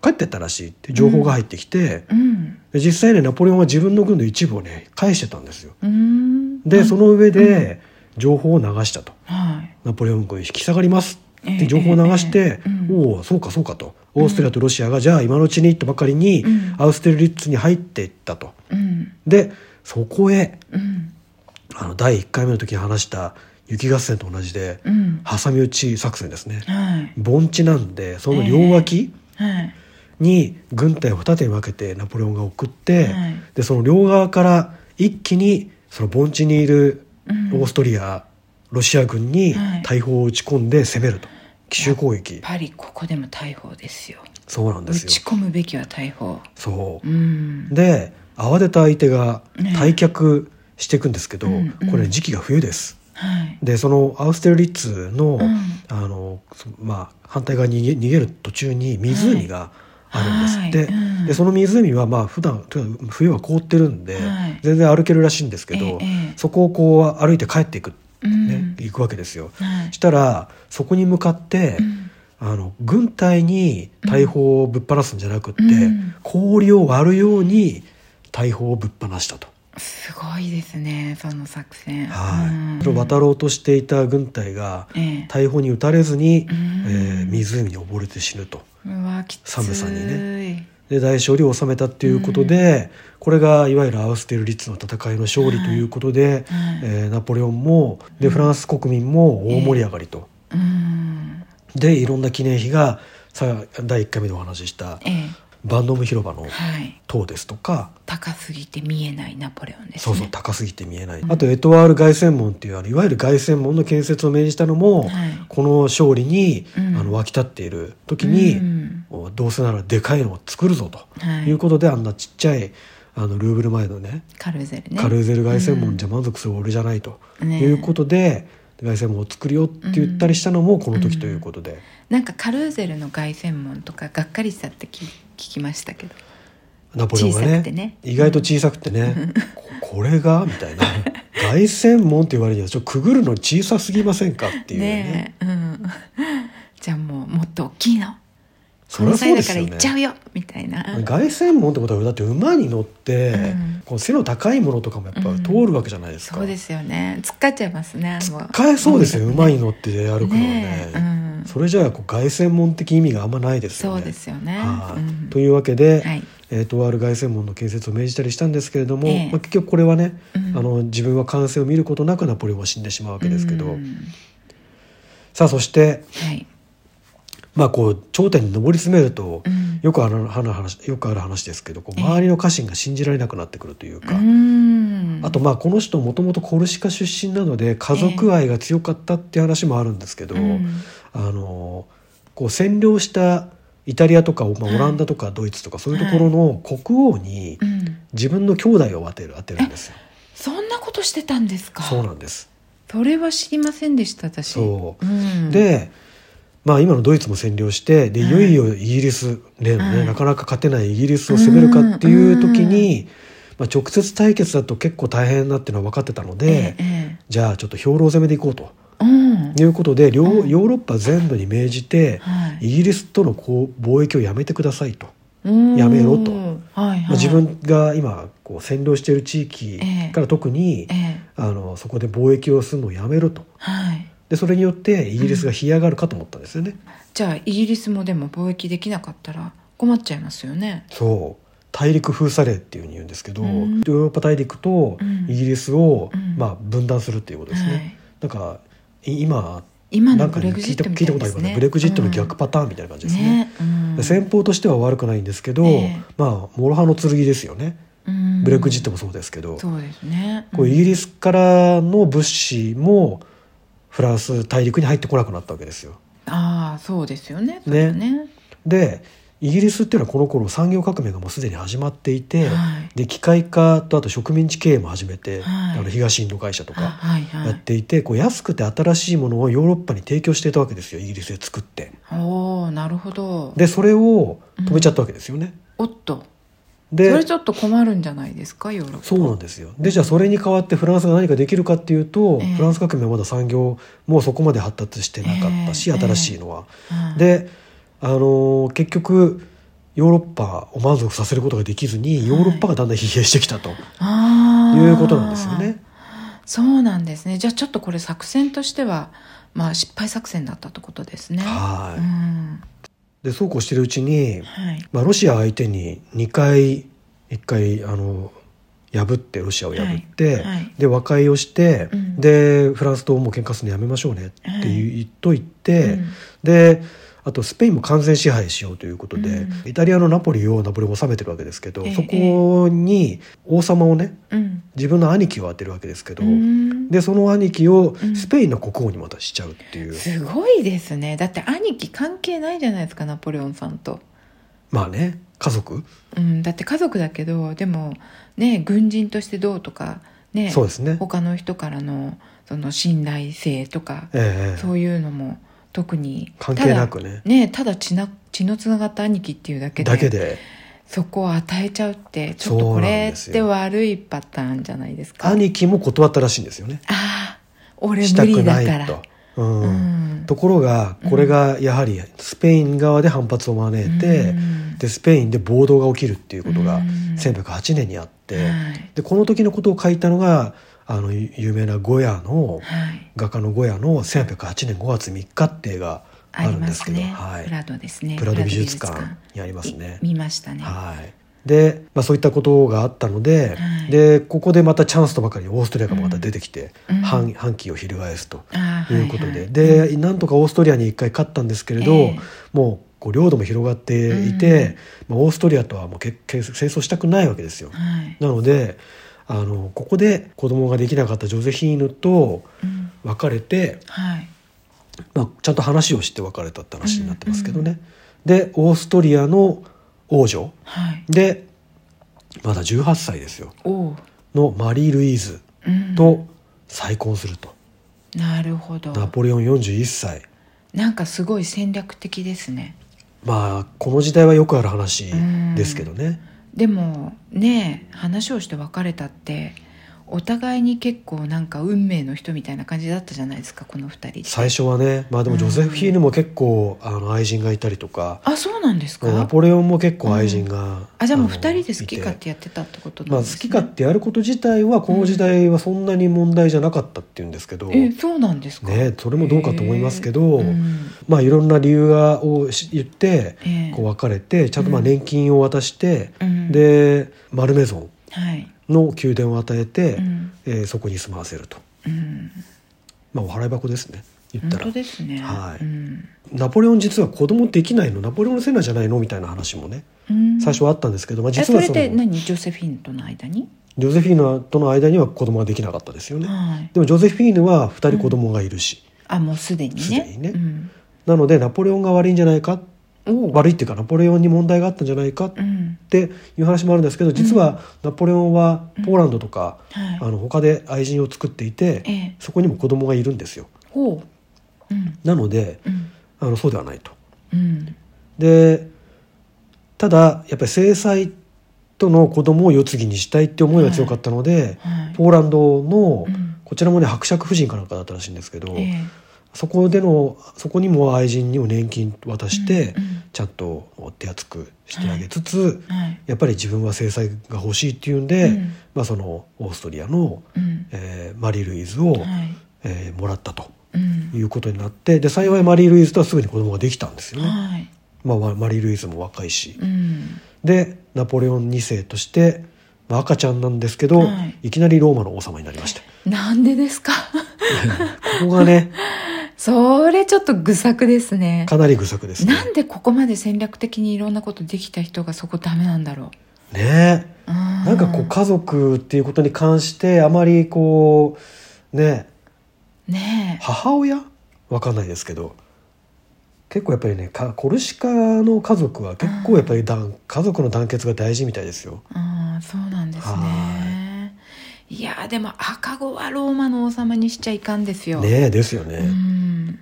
Speaker 2: 帰ってったらしいって情報が入ってきて、
Speaker 1: うん
Speaker 2: で実際ねナポレオンは自分の軍の一部をね返してたんですよ
Speaker 1: うーん
Speaker 2: でその上で情報を流したと。
Speaker 1: はい
Speaker 2: ナポレオン軍引き下がりますっ
Speaker 1: え
Speaker 2: て
Speaker 1: え
Speaker 2: 情報を流して、
Speaker 1: ええうん
Speaker 2: おおそうかそうかとオーストリアとロシアが、じゃあ今のうちにとばかりに、
Speaker 1: うん
Speaker 2: アウステルリッツに入っていったと
Speaker 1: うん
Speaker 2: でそこへ
Speaker 1: うん
Speaker 2: あの第1回目の時に話した雪合戦と同じで、
Speaker 1: うん
Speaker 2: 挟み撃ち作戦ですね
Speaker 1: はい
Speaker 2: 盆地なんでその両脇
Speaker 1: はい
Speaker 2: に軍隊を二手に分けてナポレオンが送って、
Speaker 1: はい
Speaker 2: でその両側から一気にその盆地にいる
Speaker 1: うん
Speaker 2: オーストリア、ロシア軍に
Speaker 1: はい
Speaker 2: 大砲を打ち込んで攻めると奇襲攻撃
Speaker 1: パリここでも大砲ですよ
Speaker 2: そうなんで
Speaker 1: 打
Speaker 2: すよ
Speaker 1: ち込むべきは大砲
Speaker 2: そうう、
Speaker 1: ん
Speaker 2: で慌てた相手が
Speaker 1: ね
Speaker 2: 退却していくんですけど、
Speaker 1: うんうん
Speaker 2: これ時期が冬です
Speaker 1: はい
Speaker 2: でそのアウステルリッツの,、
Speaker 1: うん
Speaker 2: あのそまあ、反対側に逃げ逃げる途中に湖があるんですって、
Speaker 1: はいはいうん
Speaker 2: でその湖はまあ普段とにかく冬は凍ってるんで、
Speaker 1: はい
Speaker 2: 全然歩けるらしいんですけど、
Speaker 1: ええええ
Speaker 2: そこをこう歩いて帰っていく、ね
Speaker 1: う
Speaker 2: 行くわけですよ。
Speaker 1: はい
Speaker 2: したらそこに向かって、
Speaker 1: うん
Speaker 2: あの軍隊に大砲をぶっ放すんじゃなくって、
Speaker 1: うん
Speaker 2: 氷を割るように大砲をぶっ放したと、
Speaker 1: すごいですねその作戦
Speaker 2: はい
Speaker 1: うん
Speaker 2: それを渡ろうとしていた軍隊が
Speaker 1: ええ
Speaker 2: 大砲に撃たれず
Speaker 1: うん
Speaker 2: に、えー湖に溺れて死ぬと
Speaker 1: うわきつい
Speaker 2: 寒さに
Speaker 1: ね
Speaker 2: で大勝利を収めたっていうことで、これがいわゆるアウステルリッツの戦いの勝利ということで、
Speaker 1: はい
Speaker 2: えーナポレオンもでフランス国民も大盛り上がりと、
Speaker 1: うん
Speaker 2: でいろんな記念碑がさ第1回目でお話しした
Speaker 1: ええ
Speaker 2: バンドム広場の
Speaker 1: はい
Speaker 2: 塔ですとか、
Speaker 1: 高すぎて見えないナポレオンですね
Speaker 2: そうそう高すぎて見えない、
Speaker 1: うん
Speaker 2: あとエトワール凱旋門っていうあのいわゆる凱旋門の建設を命じたのも、
Speaker 1: はい
Speaker 2: この勝利に、
Speaker 1: うん
Speaker 2: あの沸き立っている時に、
Speaker 1: うん
Speaker 2: おどうせならでかいのを作るぞと
Speaker 1: はい、
Speaker 2: いうことで、あんなちっちゃいあのルーブル前のね
Speaker 1: カルゼルね
Speaker 2: カルーゼル凱旋
Speaker 1: う
Speaker 2: 門
Speaker 1: ん
Speaker 2: じゃ満足する俺じゃないと、
Speaker 1: ね
Speaker 2: いうことで凱旋門を作るよって言ったりしたのもこの時ということで、
Speaker 1: なんかカルーゼルの凱旋門とかがっかりしたって聞聞きましたけど
Speaker 2: ナポレオンが
Speaker 1: 小さ
Speaker 2: ね
Speaker 1: くてね
Speaker 2: 意外と小さく てね、ここれがみたいな凱旋門って言われるとちょっとくぐるの小さすぎませんかっていうね
Speaker 1: ねえうん じゃあもうもっと大きいの
Speaker 2: そ
Speaker 1: こ
Speaker 2: り
Speaker 1: の
Speaker 2: ゃそ
Speaker 1: 際
Speaker 2: うで
Speaker 1: だか
Speaker 2: す
Speaker 1: ら
Speaker 2: よ
Speaker 1: 行っちゃう
Speaker 2: ね
Speaker 1: よみたいな
Speaker 2: 凱旋門ってことはだって馬に乗って、
Speaker 1: うん
Speaker 2: こう背の高いものとかもやっぱ
Speaker 1: うん
Speaker 2: 通るわけじゃないですか、
Speaker 1: そうですよね突っかっちゃいますねもう
Speaker 2: 使えそうですよ、
Speaker 1: も
Speaker 2: 馬に乗って歩くのはね
Speaker 1: ねえうん
Speaker 2: それじゃあこう凱旋門的意味があんまないですよね
Speaker 1: そうですよね
Speaker 2: はい
Speaker 1: うん
Speaker 2: というわけで、
Speaker 1: はい
Speaker 2: えー、とある凱旋門の建設を命じたりしたんですけれども、
Speaker 1: ええ
Speaker 2: まあ、結局これはね、
Speaker 1: うん
Speaker 2: あの自分は完成を見ることなくナポレオンは死んでしまうわけですけど、
Speaker 1: うん
Speaker 2: さあそして、
Speaker 1: はい
Speaker 2: まあ、こう頂点に上り詰めると、
Speaker 1: うん
Speaker 2: よくある話よくある話ですけどこう
Speaker 1: ええ
Speaker 2: 周りの家臣が信じられなくなってくるという
Speaker 1: う
Speaker 2: か。
Speaker 1: ーん
Speaker 2: あとまあこの人もともとコルシカ出身なので家族愛が強かったっていう話もあるんですけど、
Speaker 1: うん
Speaker 2: あのこう占領したイタリアとか、まあ、オランダとかドイツとかそういうところの国王に
Speaker 1: うん
Speaker 2: 自分の兄弟を当てる当てるんですよ。
Speaker 1: そんなことしてたんですか
Speaker 2: そうなんです
Speaker 1: それは知りませんでした私
Speaker 2: そう、
Speaker 1: ん
Speaker 2: で、まあ、今のドイツも占領してでいよいよイギリス、ね
Speaker 1: はい
Speaker 2: なかなか勝てないイギリスを攻めるかっていう時に、まあ、直接対決だと結構大変だっていうのは分かってたので、
Speaker 1: えええ
Speaker 2: じゃあちょっと兵糧攻めでいこうと。
Speaker 1: えうん
Speaker 2: いうことで両
Speaker 1: うん
Speaker 2: ヨーロッパ全土に命じて、
Speaker 1: はい
Speaker 2: イギリスとのこう貿易をやめてくださいと、や
Speaker 1: や
Speaker 2: めろと
Speaker 1: はいはい
Speaker 2: まあ、自分が今こう占領している地域から特に、
Speaker 1: ええ
Speaker 2: あのそこで貿易をするのをやめろと
Speaker 1: はい
Speaker 2: でそれによってイギリスが干上がるかと思ったんですよね。
Speaker 1: じゃあイギリスもでも貿易できなかったら困っちゃいますよね
Speaker 2: そう大陸封鎖令っていうふうに言うんですけど、
Speaker 1: うん
Speaker 2: ヨーロッパ大陸と
Speaker 1: うん
Speaker 2: イギリスを、
Speaker 1: うん
Speaker 2: まあ、分断するっていうことですね。
Speaker 1: はい
Speaker 2: なんかい今
Speaker 1: 今
Speaker 2: な
Speaker 1: の
Speaker 2: んか
Speaker 1: ブ
Speaker 2: ね
Speaker 1: レグジッ
Speaker 2: 聞いた
Speaker 1: トみ
Speaker 2: 聞
Speaker 1: た
Speaker 2: いた
Speaker 1: い
Speaker 2: こと
Speaker 1: で
Speaker 2: あり
Speaker 1: す
Speaker 2: ますね
Speaker 1: ね
Speaker 2: ブレグジットの
Speaker 1: う
Speaker 2: 逆
Speaker 1: ん
Speaker 2: パターンみたいな感じですね。
Speaker 1: ねうん
Speaker 2: 戦法としては悪くないんですけど、
Speaker 1: ええ
Speaker 2: まあ諸刃の剣ですよね
Speaker 1: うん
Speaker 2: ブレクジットもそうですけど、
Speaker 1: そうですね
Speaker 2: こうイギリスからの物資もフランス大陸に入ってこなくなったわけですよ。
Speaker 1: ああそうですよねそれはね
Speaker 2: でイギリスっていうのはこの頃産業革命がもうすでに始まっていて、
Speaker 1: はい
Speaker 2: で機械化とあと植民地経営も始めて、
Speaker 1: はい
Speaker 2: あの東インド会社とか
Speaker 1: はいは
Speaker 2: やっ
Speaker 1: い
Speaker 2: ていて、こう安くて新しいものをヨーロッパに提供していたわけですよイギリスで作って。
Speaker 1: おおなるほど
Speaker 2: でそれを止めちゃったわけですよね。
Speaker 1: おっとそ
Speaker 2: で
Speaker 1: れちょっと困るんじゃないですかヨーロッパ
Speaker 2: そうなんですよでじゃあそれに代わってフランスが何かできるかっていうと、
Speaker 1: ええ
Speaker 2: フランス革命はまだ産業もうそこまで発達してなかったし、
Speaker 1: ええ
Speaker 2: 新しいのは。
Speaker 1: うん
Speaker 2: で、あのー結局ヨーロッパを満足させることができずにヨーロッパがだんだん疲弊してきたと
Speaker 1: ああ
Speaker 2: いうことなんですよね。
Speaker 1: そうなんですねじゃあちょっとこれ作戦としてはまあ失敗作戦だったってことですね
Speaker 2: は
Speaker 1: う
Speaker 2: い
Speaker 1: ん
Speaker 2: でそうこうしてるうちに、
Speaker 1: はい
Speaker 2: まあ、ロシア相手に2回1回あの破ってロシアを破って、
Speaker 1: はいはい
Speaker 2: で和解をして、
Speaker 1: うん
Speaker 2: でフランスともう喧嘩するのやめましょうねって
Speaker 1: はい
Speaker 2: 言っといて、
Speaker 1: うん
Speaker 2: であとスペインも完全支配しようということで、
Speaker 1: うん
Speaker 2: イタリアのナポリをナポレオンが治めてるわけですけど、
Speaker 1: ええ
Speaker 2: そこに王様をね
Speaker 1: うん
Speaker 2: 自分の兄貴を当てるわけですけど、
Speaker 1: うん
Speaker 2: でその兄貴を
Speaker 1: うん
Speaker 2: スペインの国王にまたしちゃうっていう、
Speaker 1: すごいですねだって兄貴関係ないじゃないですかナポレオンさんと、
Speaker 2: まあね家族、
Speaker 1: うん、だって家族だけどでもね軍人としてどうとかね
Speaker 2: そうですね。
Speaker 1: 他の人からのその信頼性とか、
Speaker 2: ええ
Speaker 1: そういうのも特に
Speaker 2: 関係なくね
Speaker 1: ただねただ血な血のつながった兄貴っていうだけで
Speaker 2: だけで
Speaker 1: そこを与えちゃうってちょっと
Speaker 2: そ
Speaker 1: こ
Speaker 2: うなん
Speaker 1: れ
Speaker 2: です
Speaker 1: っ
Speaker 2: よ
Speaker 1: て悪いパターンじゃないですか
Speaker 2: 兄貴も断ったらしいんですよね。
Speaker 1: ああ俺
Speaker 2: した
Speaker 1: 無
Speaker 2: く
Speaker 1: 理
Speaker 2: な
Speaker 1: だから
Speaker 2: いと。うん
Speaker 1: うん
Speaker 2: ところがこれがやはりスペイン側で反発を招いて、
Speaker 1: うん
Speaker 2: でスペインで暴動が起きるっていうことが
Speaker 1: うん
Speaker 2: 1908年にあって、
Speaker 1: はい
Speaker 2: でこの時のことを書いたのがあの有名なゴヤの
Speaker 1: はい
Speaker 2: 画家のゴヤの1808年5月3日って映画
Speaker 1: あ
Speaker 2: る
Speaker 1: り
Speaker 2: ん
Speaker 1: ま
Speaker 2: で
Speaker 1: すす
Speaker 2: けど
Speaker 1: ね
Speaker 2: はい
Speaker 1: プラドですね
Speaker 2: プラド美術館にありますね
Speaker 1: い。見ましたね
Speaker 2: はい、で、まあ、そういったことがあったので,、
Speaker 1: はい
Speaker 2: でここでまたチャンスとばかりにオーストリアがまた出てきて、
Speaker 1: うんうん
Speaker 2: 反反旗を翻すと
Speaker 1: あー
Speaker 2: いうことで、
Speaker 1: はいはい
Speaker 2: でなんとかオーストリアに一回勝ったんですけれど、
Speaker 1: ええ
Speaker 2: もうこう領土も広がっていて、まあ、オーストリアとはもうけけ戦争したくないわけですよ。
Speaker 1: はい、
Speaker 2: なのであのここで子供ができなかったジョゼフィーヌと
Speaker 1: うん
Speaker 2: 別れて、
Speaker 1: はい
Speaker 2: まあ、ちゃんと話をして別れたって話になってますけどね。でオーストリアの王女
Speaker 1: はい
Speaker 2: でまだ18歳ですよ
Speaker 1: おう
Speaker 2: のマリー・ルイーズ
Speaker 1: うん
Speaker 2: と再婚すると、
Speaker 1: なるほど
Speaker 2: ナポレオン41歳
Speaker 1: なんかすごい戦略的ですね
Speaker 2: まあこの時代はよくある話ですけどね、
Speaker 1: でもねえ話をして別れたってお互いに結構なんか運命の人みたいな感じだったじゃないですかこの二人
Speaker 2: 最初はねまあでもジョゼフィーヌも結構あの愛人がいたりとか、
Speaker 1: あそうなんですか
Speaker 2: ナポレオンも結構愛人が、
Speaker 1: あじゃあもう
Speaker 2: の
Speaker 1: 二人で好き勝
Speaker 2: いて
Speaker 1: 手やってたってこと
Speaker 2: ま
Speaker 1: な
Speaker 2: あ、
Speaker 1: ん
Speaker 2: 好
Speaker 1: です、
Speaker 2: き
Speaker 1: ね
Speaker 2: 勝手やること自体はこの時代はそんなに問題じゃなかったっていうんですけど、
Speaker 1: えそうなんですか
Speaker 2: ねそれもどうかと思いますけど
Speaker 1: へえうん
Speaker 2: まあいろんな理由がをし言って
Speaker 1: ええ
Speaker 2: こう別れてちゃんとまあ年金を渡して、
Speaker 1: うん
Speaker 2: でマルメゾン
Speaker 1: はい
Speaker 2: の宮殿を与えて、
Speaker 1: うん
Speaker 2: えーそこに住まわせると、
Speaker 1: うん
Speaker 2: まあ、お払い箱ですね言っ
Speaker 1: 本
Speaker 2: たら
Speaker 1: 当ですね
Speaker 2: は
Speaker 1: う
Speaker 2: い
Speaker 1: ん
Speaker 2: ナポレオン実は子供できないのナポレオンのせいなんじゃないのみたいな話もね
Speaker 1: うん
Speaker 2: 最初はあったんですけど、まあ、
Speaker 1: え
Speaker 2: 実
Speaker 1: そ
Speaker 2: は
Speaker 1: れ
Speaker 2: その
Speaker 1: で
Speaker 2: ジ
Speaker 1: 何ジョセフィンとの間に
Speaker 2: ョゼフィーヌとの間には子供ができなかったですよね、
Speaker 1: はい
Speaker 2: でもジョゼフィーヌは2人子供がいるし、
Speaker 1: あもうすでにね
Speaker 2: すでにね
Speaker 1: うん
Speaker 2: なのでナポレオンが悪いんじゃないか
Speaker 1: おう
Speaker 2: 悪いっていうかナポレオンに問題があったんじゃないか
Speaker 1: うん
Speaker 2: っていう話もあるんですけど実はナポレオンはポーランドとか、
Speaker 1: はい
Speaker 2: あの他で愛人を作っていて、
Speaker 1: ええ
Speaker 2: そこにも子供がいるんですよ
Speaker 1: ほううん
Speaker 2: なので
Speaker 1: うん
Speaker 2: あのそうではないと
Speaker 1: うん
Speaker 2: でただやっぱり制裁との子供を世継ぎにしたいって思いが強かったので、
Speaker 1: はい
Speaker 2: ポーランドの
Speaker 1: うん
Speaker 2: こちらもね伯爵夫人かなんかだったらしいんですけど、
Speaker 1: ええ
Speaker 2: そこでのそこにも愛人にも年金渡して、
Speaker 1: うんうん
Speaker 2: ちゃんと手厚くしてあげつつ、
Speaker 1: はい
Speaker 2: やっぱり自分は制裁が欲しいっていうんで、
Speaker 1: うん
Speaker 2: まあ、そのオーストリアの、
Speaker 1: うん
Speaker 2: えーマリー・ルイーズを、
Speaker 1: はい
Speaker 2: えーもらったと
Speaker 1: うん
Speaker 2: いうことになってで幸いマリー・ルイーズとはすぐに子供ができたんですよね、
Speaker 1: はい
Speaker 2: まあ、マリー・ルイーズも若いし
Speaker 1: うん
Speaker 2: でナポレオン2世として、まあ、赤ちゃんなんですけど、
Speaker 1: はい
Speaker 2: い、きなりローマの王様になりましたこ
Speaker 1: なんでですか
Speaker 2: こがね
Speaker 1: それちょっと愚策ですね
Speaker 2: かなり愚策ですね
Speaker 1: なんでここまで戦略的にいろんなことできた人がそこダメなんだろ
Speaker 2: ねえ
Speaker 1: うな
Speaker 2: なんかこう家族っていうことに関してあまりこうね
Speaker 1: ね
Speaker 2: 母親わかんないですけど結構やっぱりねかコルシカの家族は結構やっぱりだん家族の団結が大事みたいですよ
Speaker 1: えうんそうなんです
Speaker 2: は
Speaker 1: ねいやーでも赤子はローマの王様にしちゃいかんですよ、
Speaker 2: ねえですよ
Speaker 1: う
Speaker 2: ね
Speaker 1: ん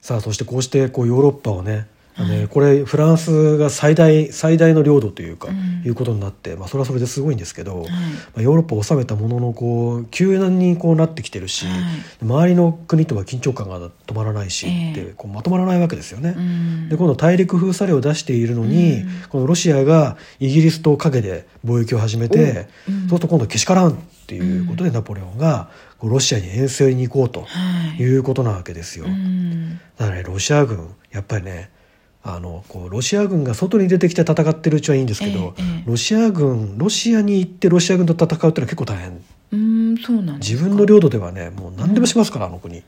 Speaker 2: さあそしてこうしてこうヨーロッパをねあのねこれフランスが最大最大の領土というか
Speaker 1: うん
Speaker 2: いうことになってまあそれはそれですごいんですけど
Speaker 1: はい
Speaker 2: まあヨーロッパを治めたもののこう急にこうなってきてるし
Speaker 1: はい
Speaker 2: 周りの国とは緊張感が止まらないし
Speaker 1: ええ
Speaker 2: ってこうまとまらないわけですよね。
Speaker 1: うん
Speaker 2: で今度大陸封鎖令を出しているのに、
Speaker 1: うん
Speaker 2: このロシアがイギリスと陰で貿易を始めて、
Speaker 1: おうん
Speaker 2: そうすると今度けしからんっていうことで、ナポレオンがこうロシアに遠征に行こうと
Speaker 1: はい
Speaker 2: いうことなわけですよ。
Speaker 1: うん
Speaker 2: だからねロシア軍やっぱりねあのこうロシア軍が外に出てきて戦ってるうちはいいんですけど、
Speaker 1: ええええ
Speaker 2: ロシア軍ロシアに行ってロシア軍と戦うってのは結構大変
Speaker 1: うんそうなんです
Speaker 2: 自
Speaker 1: か
Speaker 2: 分の領土ではねもう何でもしますから、あの国。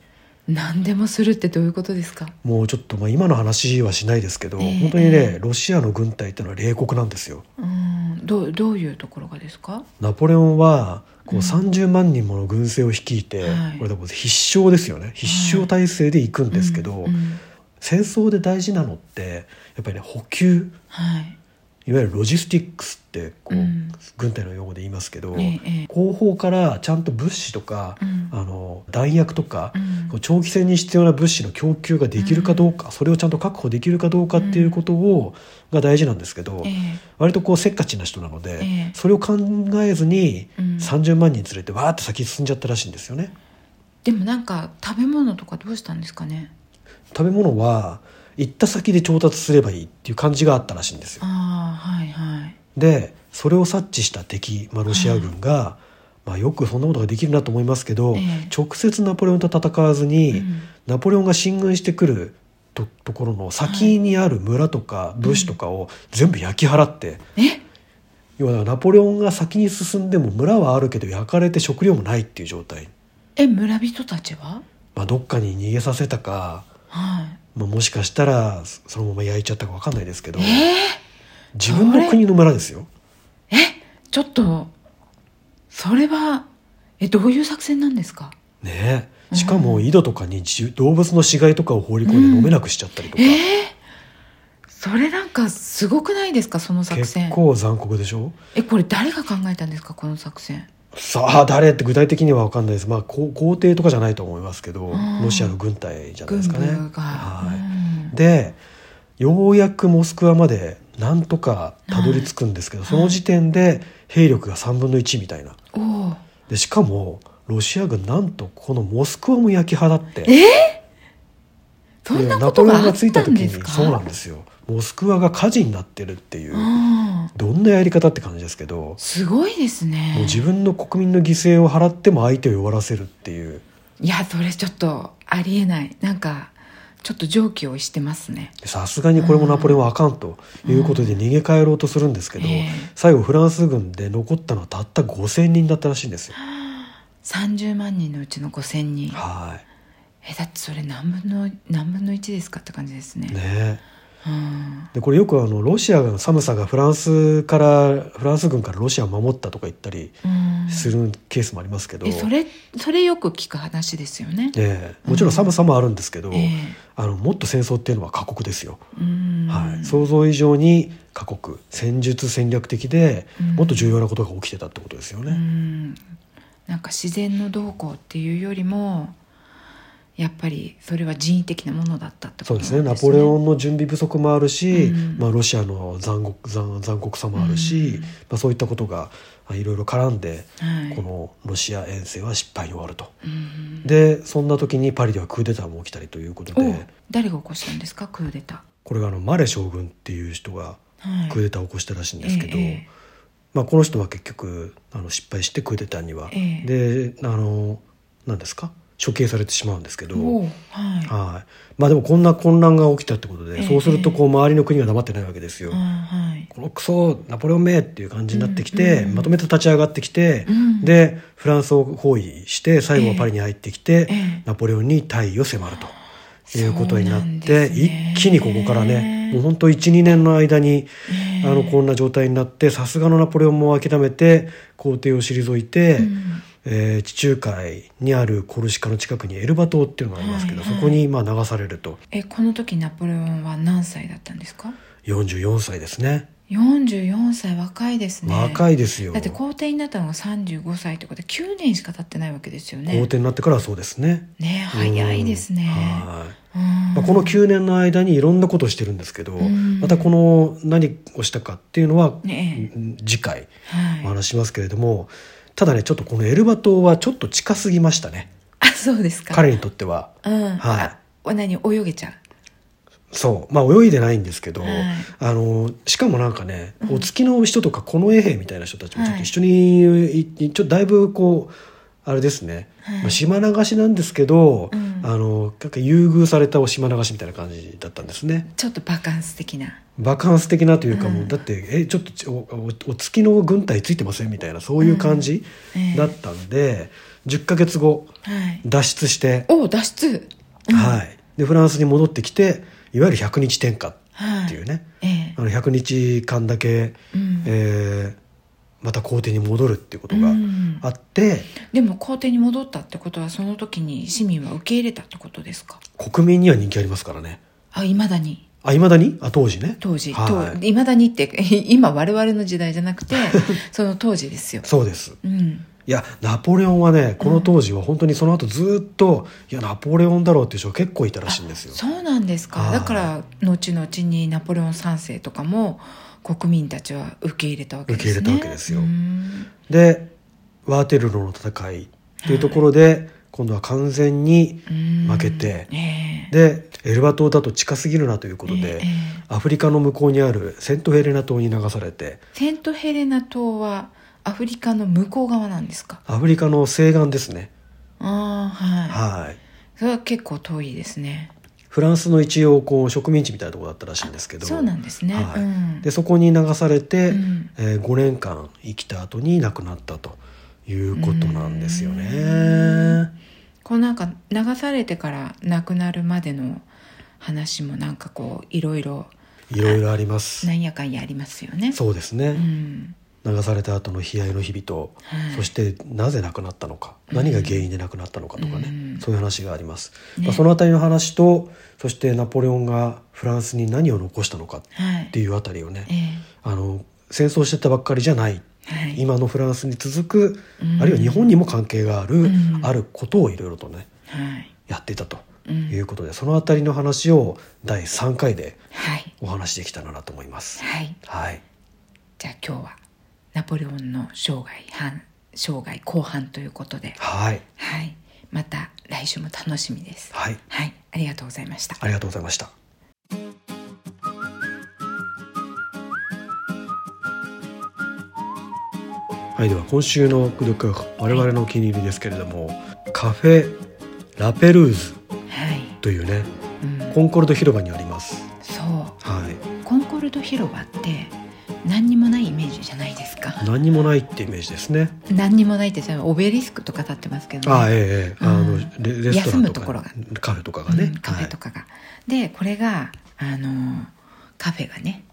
Speaker 1: 何でもするってどういうことですか
Speaker 2: もうちょっとまあ今の話はしないですけど、
Speaker 1: ええ
Speaker 2: 本当にね
Speaker 1: ええ
Speaker 2: ロシアの軍隊ってのは冷酷なんですよ
Speaker 1: うんどうどういうところがですか
Speaker 2: ナポレオンはこう30万人もの軍勢を率いて、
Speaker 1: はい
Speaker 2: これでも必勝ですよね必勝体制で行くんですけど、
Speaker 1: うんうん
Speaker 2: 戦争で大事なのってやっぱりね補給
Speaker 1: はい
Speaker 2: いわゆるロジスティックスってこう、
Speaker 1: うん
Speaker 2: 軍隊の用語で言いますけど、
Speaker 1: ええええ
Speaker 2: 後方からちゃんと物資とか、
Speaker 1: うん
Speaker 2: あの弾薬とか、
Speaker 1: うん
Speaker 2: こう長期戦に必要な物資の供給ができるかどうか、それをちゃんと確保できるかどうかっていうことを、が大事なんですけど、
Speaker 1: ええ
Speaker 2: 割とこうせっかちな人なので、
Speaker 1: ええ
Speaker 2: それを考えずに
Speaker 1: うん
Speaker 2: 30万人連れてわーって先進んじゃったらしいんですよね。
Speaker 1: でもなんか食べ物とかどうしたんですかね
Speaker 2: 食べ物は行った先で調達すればいいっていう感じがあったらしいんですよ。
Speaker 1: ああはいはい
Speaker 2: でそれを察知した敵、まあ、ロシア軍が、まあ、よくそんなことができるなと思いますけど、
Speaker 1: ええ
Speaker 2: 直接ナポレオンと戦わずに、
Speaker 1: うん
Speaker 2: ナポレオンが進軍してくるとところの先にある村とか武士とかを全部焼き払って、
Speaker 1: え
Speaker 2: 要はだからナポレオンが先に進んでも村はあるけど焼かれて食料もないっていう状態、
Speaker 1: え村人たちは
Speaker 2: まあ、どっかに逃げさせたか、
Speaker 1: は
Speaker 2: まあ、もしかしたらそそのまま焼いちゃったか分かんないですけど
Speaker 1: いえ
Speaker 2: 自分の国の村ですよ。
Speaker 1: ー、えちょっとそれはえどういう作戦なんですか
Speaker 2: ね
Speaker 1: う
Speaker 2: え
Speaker 1: ん
Speaker 2: しかも井戸とかにじ動物の死骸とかを放り込んで飲めなくしちゃったりとか、
Speaker 1: えー、それなんかすごくないですかその作
Speaker 2: 結
Speaker 1: 戦
Speaker 2: 構残酷でしょ
Speaker 1: えこれ誰が考えたんですかこの作戦
Speaker 2: さあ誰って具体的には分かんないですまあこう皇帝とかじゃないと思いますけど
Speaker 1: うん
Speaker 2: ロシアの軍隊じゃない
Speaker 1: 軍
Speaker 2: です
Speaker 1: 部
Speaker 2: かね。
Speaker 1: が、
Speaker 2: は
Speaker 1: うん
Speaker 2: い、でようやくモスクワまでなんとかたどり着くんですけど、
Speaker 1: はい
Speaker 2: その時点で兵力が3分の1みたいな。
Speaker 1: おう
Speaker 2: でしかもロシア軍なんとこのモスクワも焼き払って。
Speaker 1: そんなことがあっ
Speaker 2: ナポレオ
Speaker 1: たん
Speaker 2: ンが着いた時
Speaker 1: で
Speaker 2: に
Speaker 1: すか
Speaker 2: そうなんですよモスクワが火事になってるってい
Speaker 1: う
Speaker 2: う、
Speaker 1: ん
Speaker 2: どんなやり方って感じですけど、
Speaker 1: すごいですね
Speaker 2: もう自分の国民の犠牲を払っても相手を弱らせるっていう
Speaker 1: いやそれちょっとありえないなんかちょっと常軌を逸してますね
Speaker 2: でさすがにこれもナポレオンはあかんということで逃げ帰ろうとするんですけど、
Speaker 1: ええ
Speaker 2: 最後フランス軍で残ったのはたった5,000人だったらしいんですよ。
Speaker 1: 30万人のうちの5000人
Speaker 2: はい
Speaker 1: えだってそれ何分の何分の1ですかって感じですね
Speaker 2: ね
Speaker 1: うん
Speaker 2: でこれよくあのロシアが寒さがフランスからフランス軍からロシアを守ったとか言ったり
Speaker 1: うん
Speaker 2: するケースもありますけど、
Speaker 1: えそれそれよく聞く話ですよね
Speaker 2: ええもちろん寒さもあるんですけど、
Speaker 1: ええ
Speaker 2: あのもっと戦争っていうのは過酷ですよ、
Speaker 1: うん
Speaker 2: はい、想像以上に過酷戦術戦略的で
Speaker 1: うん
Speaker 2: もっと重要なことが起きてたってことですよ
Speaker 1: う
Speaker 2: ね。
Speaker 1: んなんか自然の動向っていうよりもやっぱりそれは人為的なものだったってこと
Speaker 2: そうですね
Speaker 1: なん
Speaker 2: ナポレオ
Speaker 1: ン
Speaker 2: ンの準備不足もあるし、
Speaker 1: うん
Speaker 2: まあ、ロシアの残酷残残酷さもあるし、
Speaker 1: うん
Speaker 2: まあ、そういったことがあいろいろ絡んで、
Speaker 1: はい
Speaker 2: このロシア遠征は失敗に終わると。
Speaker 1: うん
Speaker 2: でそんな時にパリではクーデターも起きたりということ
Speaker 1: お
Speaker 2: で
Speaker 1: 誰が起こしたんですかクーデタ
Speaker 2: これがあのマレ将軍っていう人が
Speaker 1: ー、はい、
Speaker 2: クーデターを起こしたらしいんですけど。
Speaker 1: ええ
Speaker 2: まあ、この人は結局あの失敗してクーデターには、
Speaker 1: え
Speaker 2: であの何ですか処刑されてしまうんですけど、
Speaker 1: おうはい
Speaker 2: はいまあ、でもこんな混乱が起きたってことで、
Speaker 1: ええ
Speaker 2: そうするとこう周りの国が黙ってないわけですよ。
Speaker 1: はいはい
Speaker 2: このクソナポレオンめっていう感じになってきて、
Speaker 1: うんうん
Speaker 2: まとめて立ち上がってきて、
Speaker 1: うん
Speaker 2: でフランスを包囲して最後はパリに入ってきて、
Speaker 1: ええ
Speaker 2: ナポレオンに大位を迫ると。いうことになっ
Speaker 1: そうなん
Speaker 2: て
Speaker 1: ですね
Speaker 2: 一気にここからねもう本当12年の間に
Speaker 1: ねえ
Speaker 2: あのこんな状態になってさすがのナポレオンも諦めて皇帝を退いて、
Speaker 1: うん
Speaker 2: えー地中海にあるコルシカの近くにエルバ島っていうのがありますけど、
Speaker 1: はいはい
Speaker 2: そこにまあ流されると
Speaker 1: えこの時ナポレオンは何歳だったんですか
Speaker 2: 44歳ですね
Speaker 1: 44歳若いですね
Speaker 2: 若いですよ
Speaker 1: だって皇帝になったのが35歳ってことで9年しか経ってないわけですよね
Speaker 2: 皇帝になってからはそうですね
Speaker 1: ね早いですね
Speaker 2: うんはい
Speaker 1: うん
Speaker 2: まあ、この9年の間にいろんなことをしてるんですけど、
Speaker 1: ん
Speaker 2: またこの何をしたかっていうのは、
Speaker 1: ねえ
Speaker 2: うん次回お
Speaker 1: はい
Speaker 2: 話ししますけれども、ただねちょっとこのエルバ島はちょっと近すぎましたね
Speaker 1: あそうですか
Speaker 2: 彼にとっては。
Speaker 1: うん
Speaker 2: はい
Speaker 1: あお何泳げちゃう
Speaker 2: そうまあ泳いでないんですけど、
Speaker 1: はい
Speaker 2: あのしかもなんかね、お月の人とかこの衛兵みたいな人たちもちょっ
Speaker 1: は
Speaker 2: と
Speaker 1: い
Speaker 2: 一緒にい、ちょっとだいぶこうあれですね、
Speaker 1: はい
Speaker 2: まあ、島流しなんですけど、
Speaker 1: うん
Speaker 2: あのなんか優遇されたお島流しみたいな感じだったんですね。
Speaker 1: ちょっとバカンス的な
Speaker 2: バカンス的なというか、
Speaker 1: うん
Speaker 2: もうだってえちょっとちおおお月の軍隊ついてませんみたいなそういう感じ
Speaker 1: うんええ
Speaker 2: だったんで、10ヶ月後
Speaker 1: はい
Speaker 2: 脱出して、
Speaker 1: お脱出
Speaker 2: はい、でフランスに戻ってきていわゆる100日転嫁
Speaker 1: はい
Speaker 2: っていうね、
Speaker 1: ええ
Speaker 2: あの100日間だけ、
Speaker 1: うん
Speaker 2: えーまた皇帝に戻るっていうことが
Speaker 1: うん
Speaker 2: あって、
Speaker 1: でも皇帝に戻ったってことはその時に市民は受け入れたってことですか
Speaker 2: 国民には人気ありますからね
Speaker 1: あいまだに
Speaker 2: あいまだにあ当時ね
Speaker 1: 当時
Speaker 2: はい
Speaker 1: まだにって 今我々の時代じゃな くてその当時ですよ
Speaker 2: い、そうです
Speaker 1: うん、
Speaker 2: いやナポレオンはねこの当時は本当にその後ずっと、いやナポレオンだろうっていう人が結構いたらしいんですよ
Speaker 1: そうなんですか
Speaker 2: はい
Speaker 1: だから後々にナポレオン三世とかも国民たちは受け入れたわけですね
Speaker 2: 受け入れたわけですよ
Speaker 1: うん
Speaker 2: でワーテルロの戦いっていうところで、今度は完全に
Speaker 1: うん
Speaker 2: 負けて
Speaker 1: ええ
Speaker 2: でエルバ島だと近すぎるなということ
Speaker 1: え
Speaker 2: で、
Speaker 1: え
Speaker 2: アフリカの向こうにあるセントヘレナ島に流されて
Speaker 1: セントヘレナ島はアフリカの向こう側なんですか
Speaker 2: アフリカの西岸ですね
Speaker 1: ああはい
Speaker 2: はい
Speaker 1: それは結構遠いですね
Speaker 2: フランスの一応こう植民地みたいなところだったらしいんですけど
Speaker 1: そうなんですね、
Speaker 2: はい
Speaker 1: うん
Speaker 2: でそこに流されて、
Speaker 1: うん
Speaker 2: え5年間生きた後に亡くなったということなんですよね。
Speaker 1: うんこうなんか流されてから亡くなるまでの話もなんかこういろいろ
Speaker 2: いろいろあります。
Speaker 1: なんやかんやありますよね。
Speaker 2: そうです
Speaker 1: う
Speaker 2: ね、
Speaker 1: ん
Speaker 2: 流された後の悲哀の日々と、
Speaker 1: はい
Speaker 2: そしてなぜ亡くなったのか、
Speaker 1: うん
Speaker 2: 何が原因で亡くなったのかとかね、
Speaker 1: うん
Speaker 2: そういう話があります。
Speaker 1: ね
Speaker 2: まあそのあたりの話とそしてナポレオンがフランスに何を残したのか
Speaker 1: はい
Speaker 2: っていうあたりをね、
Speaker 1: ええ
Speaker 2: あの戦争してたばっかりじゃない
Speaker 1: はい、
Speaker 2: 今のフランスに続く、
Speaker 1: うん
Speaker 2: あるいは日本にも関係がある、
Speaker 1: うん
Speaker 2: あることをいろいろとね
Speaker 1: はい
Speaker 2: やっていたと
Speaker 1: うん
Speaker 2: いうことで、そのあたりの話を第3回で
Speaker 1: はい
Speaker 2: お話しできたらなと思います。
Speaker 1: はい
Speaker 2: はい、
Speaker 1: じゃあ今日はナポレオンの生涯半生涯後半ということで、
Speaker 2: はい、
Speaker 1: はい、また来週も楽しみです。
Speaker 2: はい、
Speaker 1: はい、ありがとうございました。
Speaker 2: ありがとうございました。はい、では今週のクドク我々のお気に入りですけれども、カフェラペルーズ
Speaker 1: はい、
Speaker 2: というね
Speaker 1: うん、
Speaker 2: コンコルド広場にあります。
Speaker 1: そう
Speaker 2: はい。
Speaker 1: コンコルド広場って何にもないイメージじゃないですか
Speaker 2: 何にもないってイメージですね。
Speaker 1: 何にもないってそのオベリスクとか立ってますけどね、
Speaker 2: ああ、ええええ、あ
Speaker 1: う
Speaker 2: の
Speaker 1: ん
Speaker 2: レレストラ
Speaker 1: 休む
Speaker 2: ンとか
Speaker 1: ところが
Speaker 2: カフェとかがね、
Speaker 1: うんカフェとかが、でこれがあのーカフェがね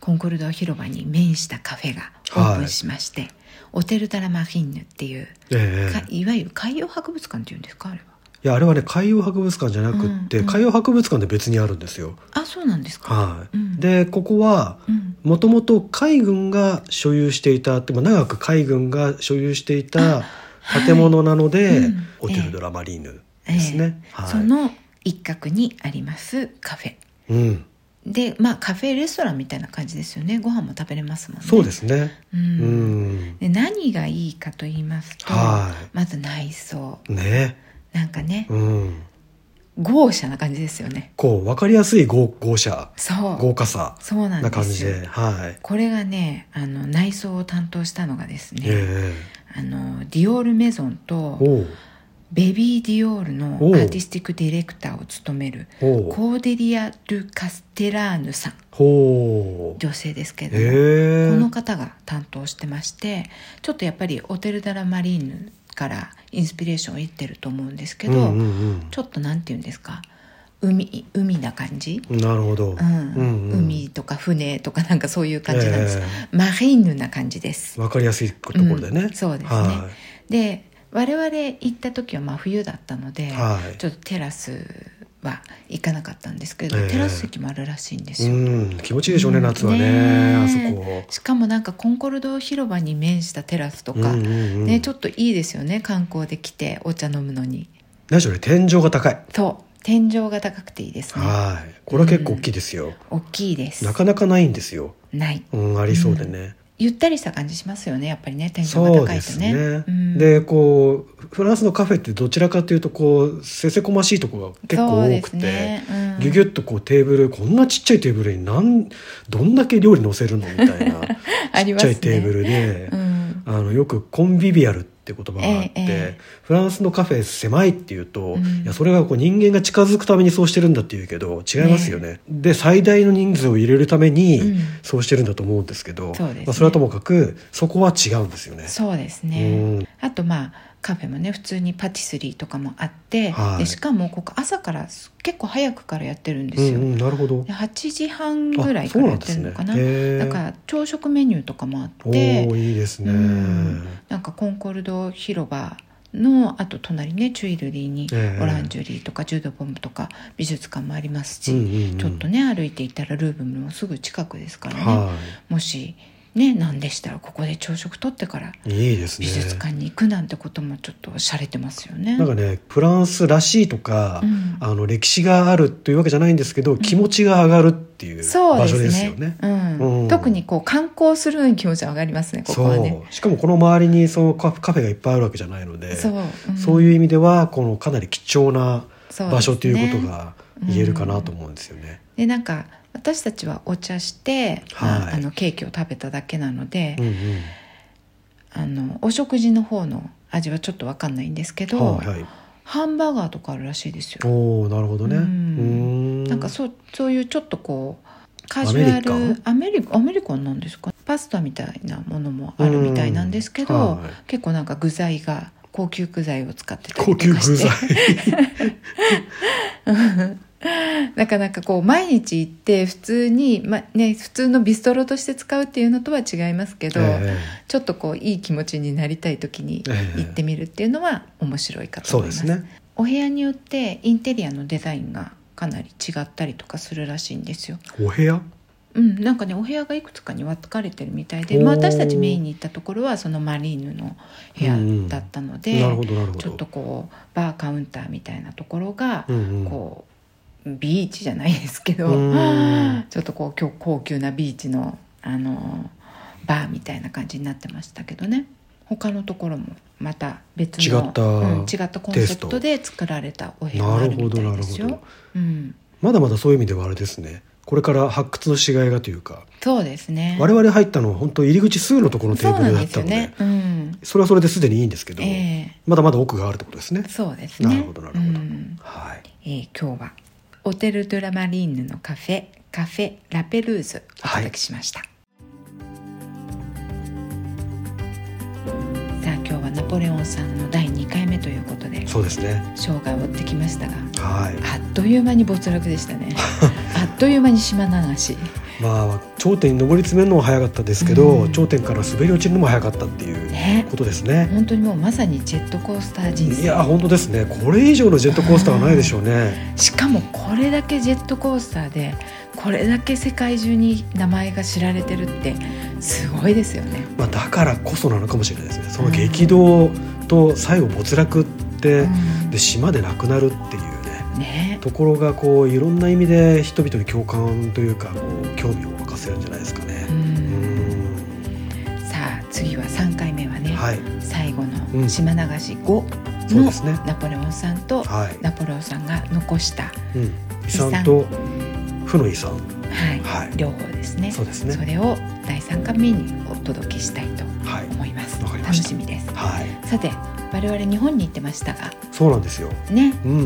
Speaker 1: コンコルド広場に面したカフェがオープンしまして、オテル・ダ・ラ・マフィンヌっていう、
Speaker 2: はい、え
Speaker 1: か
Speaker 2: え
Speaker 1: いわゆる海洋博物館っていうんですかあれは。
Speaker 2: いやあれはね海洋博物館じゃなくって、
Speaker 1: うんうん
Speaker 2: 海洋博物館で別にあるんですよ。
Speaker 1: あそうなんですか、
Speaker 2: はい。
Speaker 1: うん
Speaker 2: でここは
Speaker 1: うん、
Speaker 2: もともと海軍が所有していたでも長く海軍が所有していた建物なので、
Speaker 1: はいうん
Speaker 2: ホテルドラマリーヌですね。
Speaker 1: ええ
Speaker 2: はい。
Speaker 1: その一角にありますカフェ
Speaker 2: うん、
Speaker 1: でまあカフェレストランみたいな感じですよねご飯も食べれますもんね
Speaker 2: そうですね。
Speaker 1: う、
Speaker 2: うんん、
Speaker 1: で何がいいかと言いますと
Speaker 2: は
Speaker 1: まず内装
Speaker 2: い。ね、
Speaker 1: なんかね
Speaker 2: うん。
Speaker 1: 豪奢な感じですよね
Speaker 2: こう分かりやすい豪豪奢
Speaker 1: そう
Speaker 2: 豪華さ
Speaker 1: そうなんで
Speaker 2: な感
Speaker 1: す
Speaker 2: じ
Speaker 1: よ
Speaker 2: ではい
Speaker 1: これがねあの内装を担当したのがですね、
Speaker 2: え
Speaker 1: あのディオール・メゾン
Speaker 2: え
Speaker 1: と
Speaker 2: おう
Speaker 1: ベビー・ディオールのア
Speaker 2: おう
Speaker 1: ーティスティックディレクターを務める
Speaker 2: おう
Speaker 1: コーデリア・ル・カステラーヌさん
Speaker 2: ほう
Speaker 1: 女性ですけれども、
Speaker 2: ええ
Speaker 1: この方が担当してましてちょっとやっぱりオテル・ダ・ラ・マリーヌからインスピレーションを得ってると思うんですけど、
Speaker 2: うんうん
Speaker 1: ちょっとなんて言うんですか海海な感じ、
Speaker 2: うん、なるほど、
Speaker 1: うん
Speaker 2: うんうん
Speaker 1: 海とか船とかなんかそういう感じなんです、
Speaker 2: え
Speaker 1: マレイヌな感じです
Speaker 2: え、わかりやすいところでね、
Speaker 1: うんそうですね
Speaker 2: は
Speaker 1: で我々行った時はまあ冬だったので、
Speaker 2: い、はい、
Speaker 1: ちょっとテラスは行かなかったんですけど、
Speaker 2: ええ
Speaker 1: テラス席もあるらしいんですよ、
Speaker 2: うん気持ちいいでしょうね、
Speaker 1: うん
Speaker 2: 夏はね
Speaker 1: ね
Speaker 2: あそこ
Speaker 1: しかもなんかコンコルド広場に面したテラスと
Speaker 2: うん
Speaker 1: か、
Speaker 2: うんうん、
Speaker 1: ね、ちょ
Speaker 2: ょっ
Speaker 1: っといいですよね観光で来てお茶飲むのに
Speaker 2: と何しろね天井が高い、
Speaker 1: そう天井が高くていいですね
Speaker 2: はいこれは結構大きいですよ、
Speaker 1: 大きいです
Speaker 2: なかなかないんですよ
Speaker 1: ない
Speaker 2: うんありそうでね、
Speaker 1: ゆったりした感じしますよねやっぱりね天井が
Speaker 2: そう
Speaker 1: 高い
Speaker 2: で
Speaker 1: と
Speaker 2: す
Speaker 1: ね
Speaker 2: ね。
Speaker 1: うん
Speaker 2: でこうフランスのカフェってどちらかというとこうせせこましいところが結構多くて、
Speaker 1: そうですねうん
Speaker 2: ギュギュッとこうテーブルこんなちっちゃいテーブルになんどんだけ料理乗せるのみたいな
Speaker 1: あり
Speaker 2: ちっ
Speaker 1: ま
Speaker 2: ち
Speaker 1: す
Speaker 2: ゃ
Speaker 1: ね
Speaker 2: いテーブルで、
Speaker 1: うん
Speaker 2: あのよくコンビビアルって言葉があって、
Speaker 1: ええええ
Speaker 2: フランスのカフェ狭いっていうと、
Speaker 1: うん
Speaker 2: いやそれがこう人間が近づくためにそうしてるんだっていうけど違いますよね。で最大の人数を入れるために、
Speaker 1: うん
Speaker 2: そうしてるんだと思うんですけど
Speaker 1: そうですね
Speaker 2: まあ、それはともかくそこは違うんですよね。
Speaker 1: そうです
Speaker 2: う
Speaker 1: ね
Speaker 2: ん
Speaker 1: あとまあカフェもね普通にパティスリーとかもあって、
Speaker 2: はい
Speaker 1: でしかもここ朝からす結構早くからやってるんですよ、
Speaker 2: うんうん、なるほど
Speaker 1: で8時半ぐらいからやってるのかな
Speaker 2: あそうなんですねへえ
Speaker 1: だから朝食メニューとかもあっ
Speaker 2: お
Speaker 1: て
Speaker 2: ーいいですね、
Speaker 1: うんなんかコンコルド広場のあと隣ねチュイルリーに
Speaker 2: ええ
Speaker 1: オランジュリーとかジュードボムとか美術館もありますし、
Speaker 2: うんうんうん
Speaker 1: ちょっとね歩いていたらルーブもすぐ近くですからね、
Speaker 2: は
Speaker 1: もしね何でしたらここで朝食取ってから
Speaker 2: いいいですね
Speaker 1: 美術館に行くなんてこともちょっと洒落てますよね。
Speaker 2: なんかねフランスらしいとか、
Speaker 1: うん
Speaker 2: あの歴史があるというわけじゃないんですけど、気持ちが上がるっていう
Speaker 1: そう
Speaker 2: 場
Speaker 1: で
Speaker 2: 所
Speaker 1: すね
Speaker 2: ですよね。
Speaker 1: うん
Speaker 2: うん
Speaker 1: 特にこう観光するのに気持ち上がりますねここはね。
Speaker 2: そうしかもこの周りにそのカフカフェがいっぱいあるわけじゃないので
Speaker 1: そう,、ん
Speaker 2: そういう意味ではこのかなり貴重な
Speaker 1: そうですね
Speaker 2: 場所ということが言えるかなと思うんですよね。
Speaker 1: でなんか私たちはお茶して、
Speaker 2: はい
Speaker 1: まああのケーキを食べただけなので、
Speaker 2: うんうん
Speaker 1: あのお食事の方の味はちょっと分かんないんですけど、
Speaker 2: はいはい、
Speaker 1: ハンバーガーとかあるらしいですよ。
Speaker 2: おおなるほどね。
Speaker 1: う
Speaker 2: うんー
Speaker 1: なんかそうそういうちょっとこうカジュアル
Speaker 2: ア
Speaker 1: ア
Speaker 2: メ
Speaker 1: メ
Speaker 2: リ
Speaker 1: リカアメリカンなんですかパスタみたいなものもあるみたいなんですけど、
Speaker 2: うんはい
Speaker 1: 結構なんか具材が高級具材を使ってたり
Speaker 2: 高級
Speaker 1: と
Speaker 2: 具
Speaker 1: かして
Speaker 2: 材
Speaker 1: なかなかこう毎日行って普通に、まね、普通のビストロとして使うっていうのとは違いますけど、
Speaker 2: え
Speaker 1: ちょっとこういい気持ちになりたい時に
Speaker 2: えええ
Speaker 1: 行ってみるっていうのは面白いかと
Speaker 2: そう
Speaker 1: 思い
Speaker 2: で
Speaker 1: ます
Speaker 2: すね
Speaker 1: お部屋によってインテリアのデザインがかなり違ったりとかするらしいんですよ。
Speaker 2: お部屋
Speaker 1: うん、なんかねお部屋がいくつかに分かれてるみたいで、
Speaker 2: おー
Speaker 1: まあ、私たちメインに行ったところはそのマリーヌの部屋だったので、
Speaker 2: なるほどなるほ
Speaker 1: ちょっ
Speaker 2: ど
Speaker 1: とこうバーカウンターみたいなところが、
Speaker 2: うんうん
Speaker 1: こうビーチじゃないですけど、
Speaker 2: うん
Speaker 1: ちょっとこう今日高級なビーチのあのバーみたいな感じになってましたけどね他のところもまた別の
Speaker 2: 違った
Speaker 1: うん、違ったコンセプトで作られたお部屋があるみたいですよ。
Speaker 2: なるほどなるほ
Speaker 1: うん、
Speaker 2: まだまだそういう意味ではあれですねこれから発掘のしがいがというか
Speaker 1: そうですね
Speaker 2: 我々入ったのは本当入り口すぐのところのテ
Speaker 1: そう
Speaker 2: ーブ
Speaker 1: な
Speaker 2: ル
Speaker 1: ん
Speaker 2: だ
Speaker 1: で
Speaker 2: っ
Speaker 1: す
Speaker 2: た
Speaker 1: よ
Speaker 2: ので
Speaker 1: ね。うん
Speaker 2: それはそれですでにいいんですけど、
Speaker 1: え
Speaker 2: まだまだ奥があるってことですね
Speaker 1: えそうです
Speaker 2: な
Speaker 1: ね。
Speaker 2: るほどなるほど
Speaker 1: うん
Speaker 2: はい
Speaker 1: えー今日はオテル・ドゥ・ラ・マリーヌのカフェカフェ・ラ・ペルーズお届けしました、さあ今日はナポレオンさんの第2回目ということで
Speaker 2: そうですね
Speaker 1: 生涯を追ってきましたが
Speaker 2: はい
Speaker 1: あっという間に没落でした ねあっという間に島流し
Speaker 2: まあ頂点に上り詰めるのは早かったですけど、
Speaker 1: うん
Speaker 2: 頂点から滑り落ちるのも早かったっていう
Speaker 1: ね
Speaker 2: ことですね、
Speaker 1: 本当にもうまさにジェットコースター人
Speaker 2: い
Speaker 1: 生
Speaker 2: や本当ですねこれ以上のジェットコースターはないでしょうね、
Speaker 1: しかもこれだけジェットコースターでこれだけ世界中に名前が知られてるってすごいですよね
Speaker 2: まあ、だからこそなのかもしれないですねその激動と最後没落って、
Speaker 1: うん
Speaker 2: で島でなくなるっていうね
Speaker 1: ね
Speaker 2: ところがこういろんな意味で人々に共感というかこう興味を沸かせるんじゃないですか
Speaker 1: う
Speaker 2: ね。うんん
Speaker 1: さあ次は3回目はね、
Speaker 2: はい、
Speaker 1: 最後
Speaker 2: うん
Speaker 1: の島流し5
Speaker 2: そう
Speaker 1: の
Speaker 2: ですね。
Speaker 1: ナポレオンさんと
Speaker 2: はい、
Speaker 1: ナポレオンさんが残した、は
Speaker 2: うん、遺
Speaker 1: 遺産
Speaker 2: 産と負の遺産、
Speaker 1: い
Speaker 2: はい
Speaker 1: 両方ですね
Speaker 2: そうですね
Speaker 1: それを第3回目にお届けしたいと
Speaker 2: はい、
Speaker 1: 思います
Speaker 2: わかりま
Speaker 1: 楽
Speaker 2: した
Speaker 1: しみです
Speaker 2: はい、
Speaker 1: さて我々日本に行ってましたが
Speaker 2: そうなんですよ。
Speaker 1: ね
Speaker 2: う、
Speaker 1: うん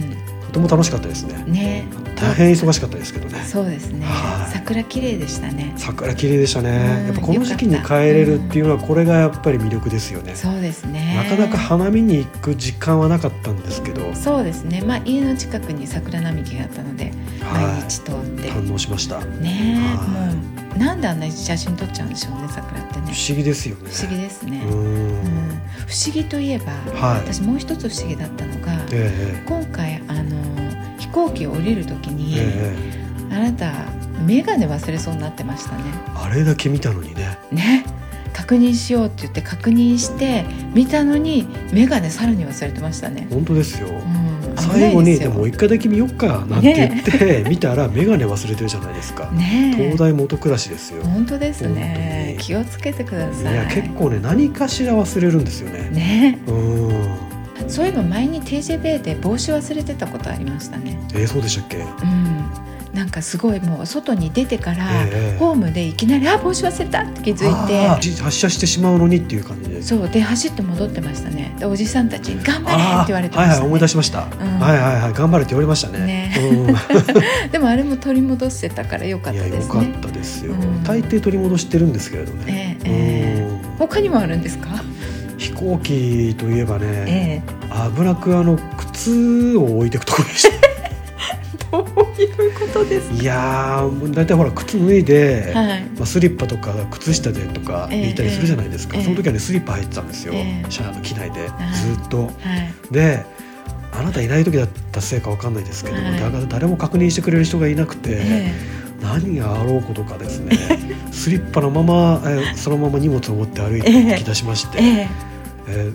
Speaker 1: ん
Speaker 2: とても楽しかったですね。
Speaker 1: ね
Speaker 2: 大変忙しかったですけどね。
Speaker 1: そうですね
Speaker 2: はい
Speaker 1: 桜綺麗でしたね
Speaker 2: 桜綺麗でしたね。
Speaker 1: うん
Speaker 2: やっぱこの時期に帰れるっていうのはこれがやっぱり魅力ですよね。
Speaker 1: そうですね
Speaker 2: なかなか花見に行く時間はなかったんですけど、はい、
Speaker 1: そうですねまあ家の近くに桜並木があったので毎日通って
Speaker 2: 堪能しました。不
Speaker 1: ねえ
Speaker 2: は
Speaker 1: もうなんであんなに写真撮っちゃうんでしょうね桜ってね
Speaker 2: 思議ですよね。
Speaker 1: 不思議ですね、
Speaker 2: うん
Speaker 1: うん不思議といえば、
Speaker 2: はい。
Speaker 1: 私もう一つ不思議だったのが、
Speaker 2: え
Speaker 1: 今回あの飛行機を降りる時
Speaker 2: え
Speaker 1: に、
Speaker 2: ええ
Speaker 1: あなた眼鏡忘れそうになってましたね
Speaker 2: あれだけ見たのにね。
Speaker 1: ね確認しようって言って確認して見たのに眼鏡さらに忘れてましたね、
Speaker 2: 本当ですよ。
Speaker 1: うん、危な
Speaker 2: 最
Speaker 1: い
Speaker 2: 後に
Speaker 1: で
Speaker 2: です
Speaker 1: よ
Speaker 2: も一回だけ見よっかなんて言って、 見たら眼鏡忘れてるじゃないですか。
Speaker 1: ね
Speaker 2: 東大元暮らしですよ。
Speaker 1: 本当です
Speaker 2: 本当
Speaker 1: ね
Speaker 2: に
Speaker 1: 気をつけてくだ
Speaker 2: い
Speaker 1: さい
Speaker 2: や結構ね何かしら忘れるんですよね。
Speaker 1: ね
Speaker 2: うん。
Speaker 1: そういえば前に TJB で帽子忘れてたことありましたね。
Speaker 2: えー、そうでしたっけ。え
Speaker 1: うん、なんかすごいもう外に出てから、
Speaker 2: え
Speaker 1: ホームでいきなり「あ帽子忘れた!」って気づい
Speaker 2: あー
Speaker 1: て
Speaker 2: じ発射してしまうのにっていう感じで。
Speaker 1: そうで走って戻ってましたねでおじさんたちに「頑張れ!」
Speaker 2: あ
Speaker 1: って言われて
Speaker 2: あ
Speaker 1: ま
Speaker 2: ー
Speaker 1: した、
Speaker 2: はいは
Speaker 1: ね
Speaker 2: い思い出しました。
Speaker 1: ん
Speaker 2: はいはいはい頑張れって言われましたね。
Speaker 1: ね
Speaker 2: うん。
Speaker 1: でもあれも取り戻せたから良かっ
Speaker 2: い
Speaker 1: た
Speaker 2: や
Speaker 1: で
Speaker 2: 良
Speaker 1: す
Speaker 2: かっ
Speaker 1: ね。
Speaker 2: たですよ
Speaker 1: うん。
Speaker 2: 大抵取り戻してるんですけれどね。
Speaker 1: ええええ
Speaker 2: うん
Speaker 1: 他にもあるんですか、
Speaker 2: 飛行機といえばね、
Speaker 1: ええ
Speaker 2: 危なくあの靴を置いていくところでした
Speaker 1: どういうことです
Speaker 2: いやーもう大体ほら靴脱いで、
Speaker 1: かはい
Speaker 2: まあ、スリッパとか靴下でとか
Speaker 1: ええ
Speaker 2: 言ったりするじゃないですか、
Speaker 1: ええ
Speaker 2: その時はねスリッパ入ってたんですよ、
Speaker 1: ええ
Speaker 2: シャーの機内で、
Speaker 1: はい
Speaker 2: ずっと
Speaker 1: はい
Speaker 2: であなたいない時だったせいかわかんないですけど、
Speaker 1: はい
Speaker 2: だから誰も確認してくれる人がいなくて、
Speaker 1: え
Speaker 2: 何があろうことかですねスリッパのまま、えーそのまま荷物を持って歩いて行き出しまして、
Speaker 1: ええ
Speaker 2: えー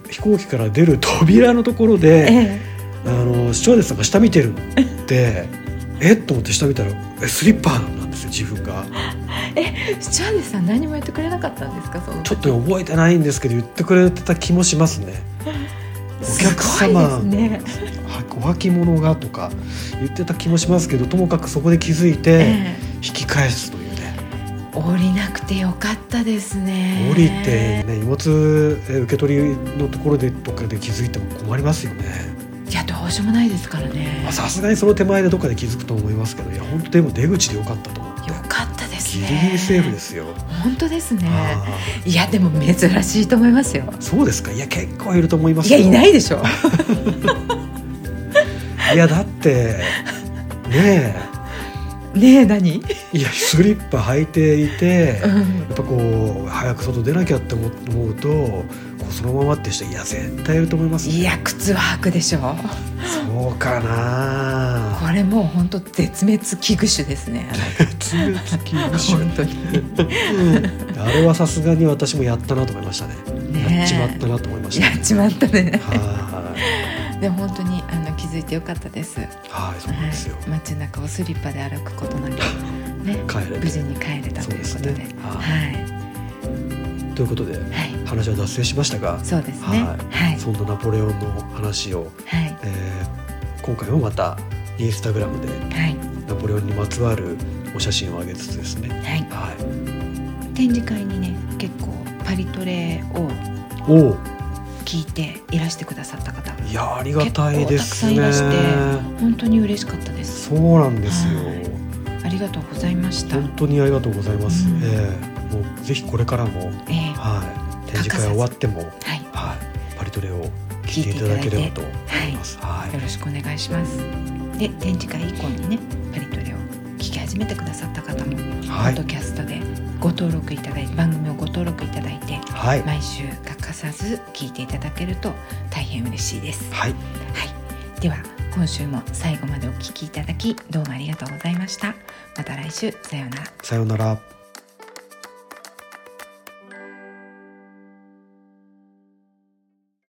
Speaker 2: 飛行機から出る扉のところで、
Speaker 1: ええ
Speaker 2: あの視聴者さんが下見てるって えっと思って下見たらえスリッパなんですよ自分が
Speaker 1: えスチュワーデスさん何も言ってくれなかったんですかその時
Speaker 2: ちょっと覚えてないんですけど言ってくれてた気もしますねお客
Speaker 1: すごいで
Speaker 2: 様
Speaker 1: すね
Speaker 2: はお履き物がとか言ってた気もしますけどともかくそこで気づいて
Speaker 1: ええ
Speaker 2: 引き返すというね
Speaker 1: 降りなくてよかったですね
Speaker 2: 降りてね荷物え受け取りのところでとかで気づいても困りますよね
Speaker 1: いややどうしようもないですからね
Speaker 2: まあさすがにその手前でどっかで気づくと思いますけどいや本当でも出口でよかったと思って
Speaker 1: よかったです
Speaker 2: ギ
Speaker 1: ね
Speaker 2: リギリセーフですよ、
Speaker 1: 本当ですね
Speaker 2: あ
Speaker 1: いやでも珍しいと思いますよ
Speaker 2: ーそうですかいや結構いると思います
Speaker 1: いやいないいでしょ
Speaker 2: いやだってね
Speaker 1: ねえ何、
Speaker 2: えいやスリッパ履いていて、
Speaker 1: う
Speaker 2: や
Speaker 1: ん
Speaker 2: っぱこう早く外出なきゃって思思うとこうそのままって人いや絶対いると思いますね
Speaker 1: いや靴は履くでしょ
Speaker 2: そうかな
Speaker 1: これもう本当絶滅危惧種ですね
Speaker 2: 絶滅危
Speaker 1: あの
Speaker 2: 惧種
Speaker 1: 本当に
Speaker 2: うんあれはさすがに私もやったなと思いましたね。
Speaker 1: ねえ
Speaker 2: やっちまったなと思いました。
Speaker 1: やっちまったね
Speaker 2: はい
Speaker 1: でも本当にあの気づいてよかったです
Speaker 2: はいそうなんですよ。
Speaker 1: はい、街中をスリッパで歩くことなくね
Speaker 2: 帰れ
Speaker 1: 無
Speaker 2: て
Speaker 1: 事に帰れたということ
Speaker 2: そう
Speaker 1: で
Speaker 2: ですね
Speaker 1: は、
Speaker 2: はいということで
Speaker 1: はい、
Speaker 2: 話は脱線しましたが、
Speaker 1: そうですねは
Speaker 2: はいい
Speaker 1: はい、
Speaker 2: そんなナポレオンの話を、
Speaker 1: はい
Speaker 2: えー今回もまたインスタグラムで
Speaker 1: はい
Speaker 2: ナポレオンにまつわるお写真を上げつつですね。はい。
Speaker 1: 展示会にね結構パリトレを
Speaker 2: おお
Speaker 1: 聞いていらしてくださった方
Speaker 2: いやありがたいですね
Speaker 1: 結構たくさんいら。本当に嬉しかったです
Speaker 2: そうなんですよ。
Speaker 1: はいありがとうございました、
Speaker 2: 本当にありがとうございます。
Speaker 1: うん
Speaker 2: ええもうぜひこれからも
Speaker 1: ええは
Speaker 2: はい展示会終わっても。
Speaker 1: い、
Speaker 2: はい、パリトレを聞いていただければと思います。はい、
Speaker 1: よろしくお願いしますで展示会以降にねパリトレを聞き始めてくださった方もポ
Speaker 2: は
Speaker 1: ッ
Speaker 2: い
Speaker 1: ド、キャストでご登録いただいて番組をご登録いただいて
Speaker 2: はい、
Speaker 1: 毎週欠かさず聞いていただけると大変嬉しいです、は
Speaker 2: はい、
Speaker 1: い、では今週も最後までお聞きいただきどうもありがとうございましたまた来週さようなら
Speaker 2: さようなら。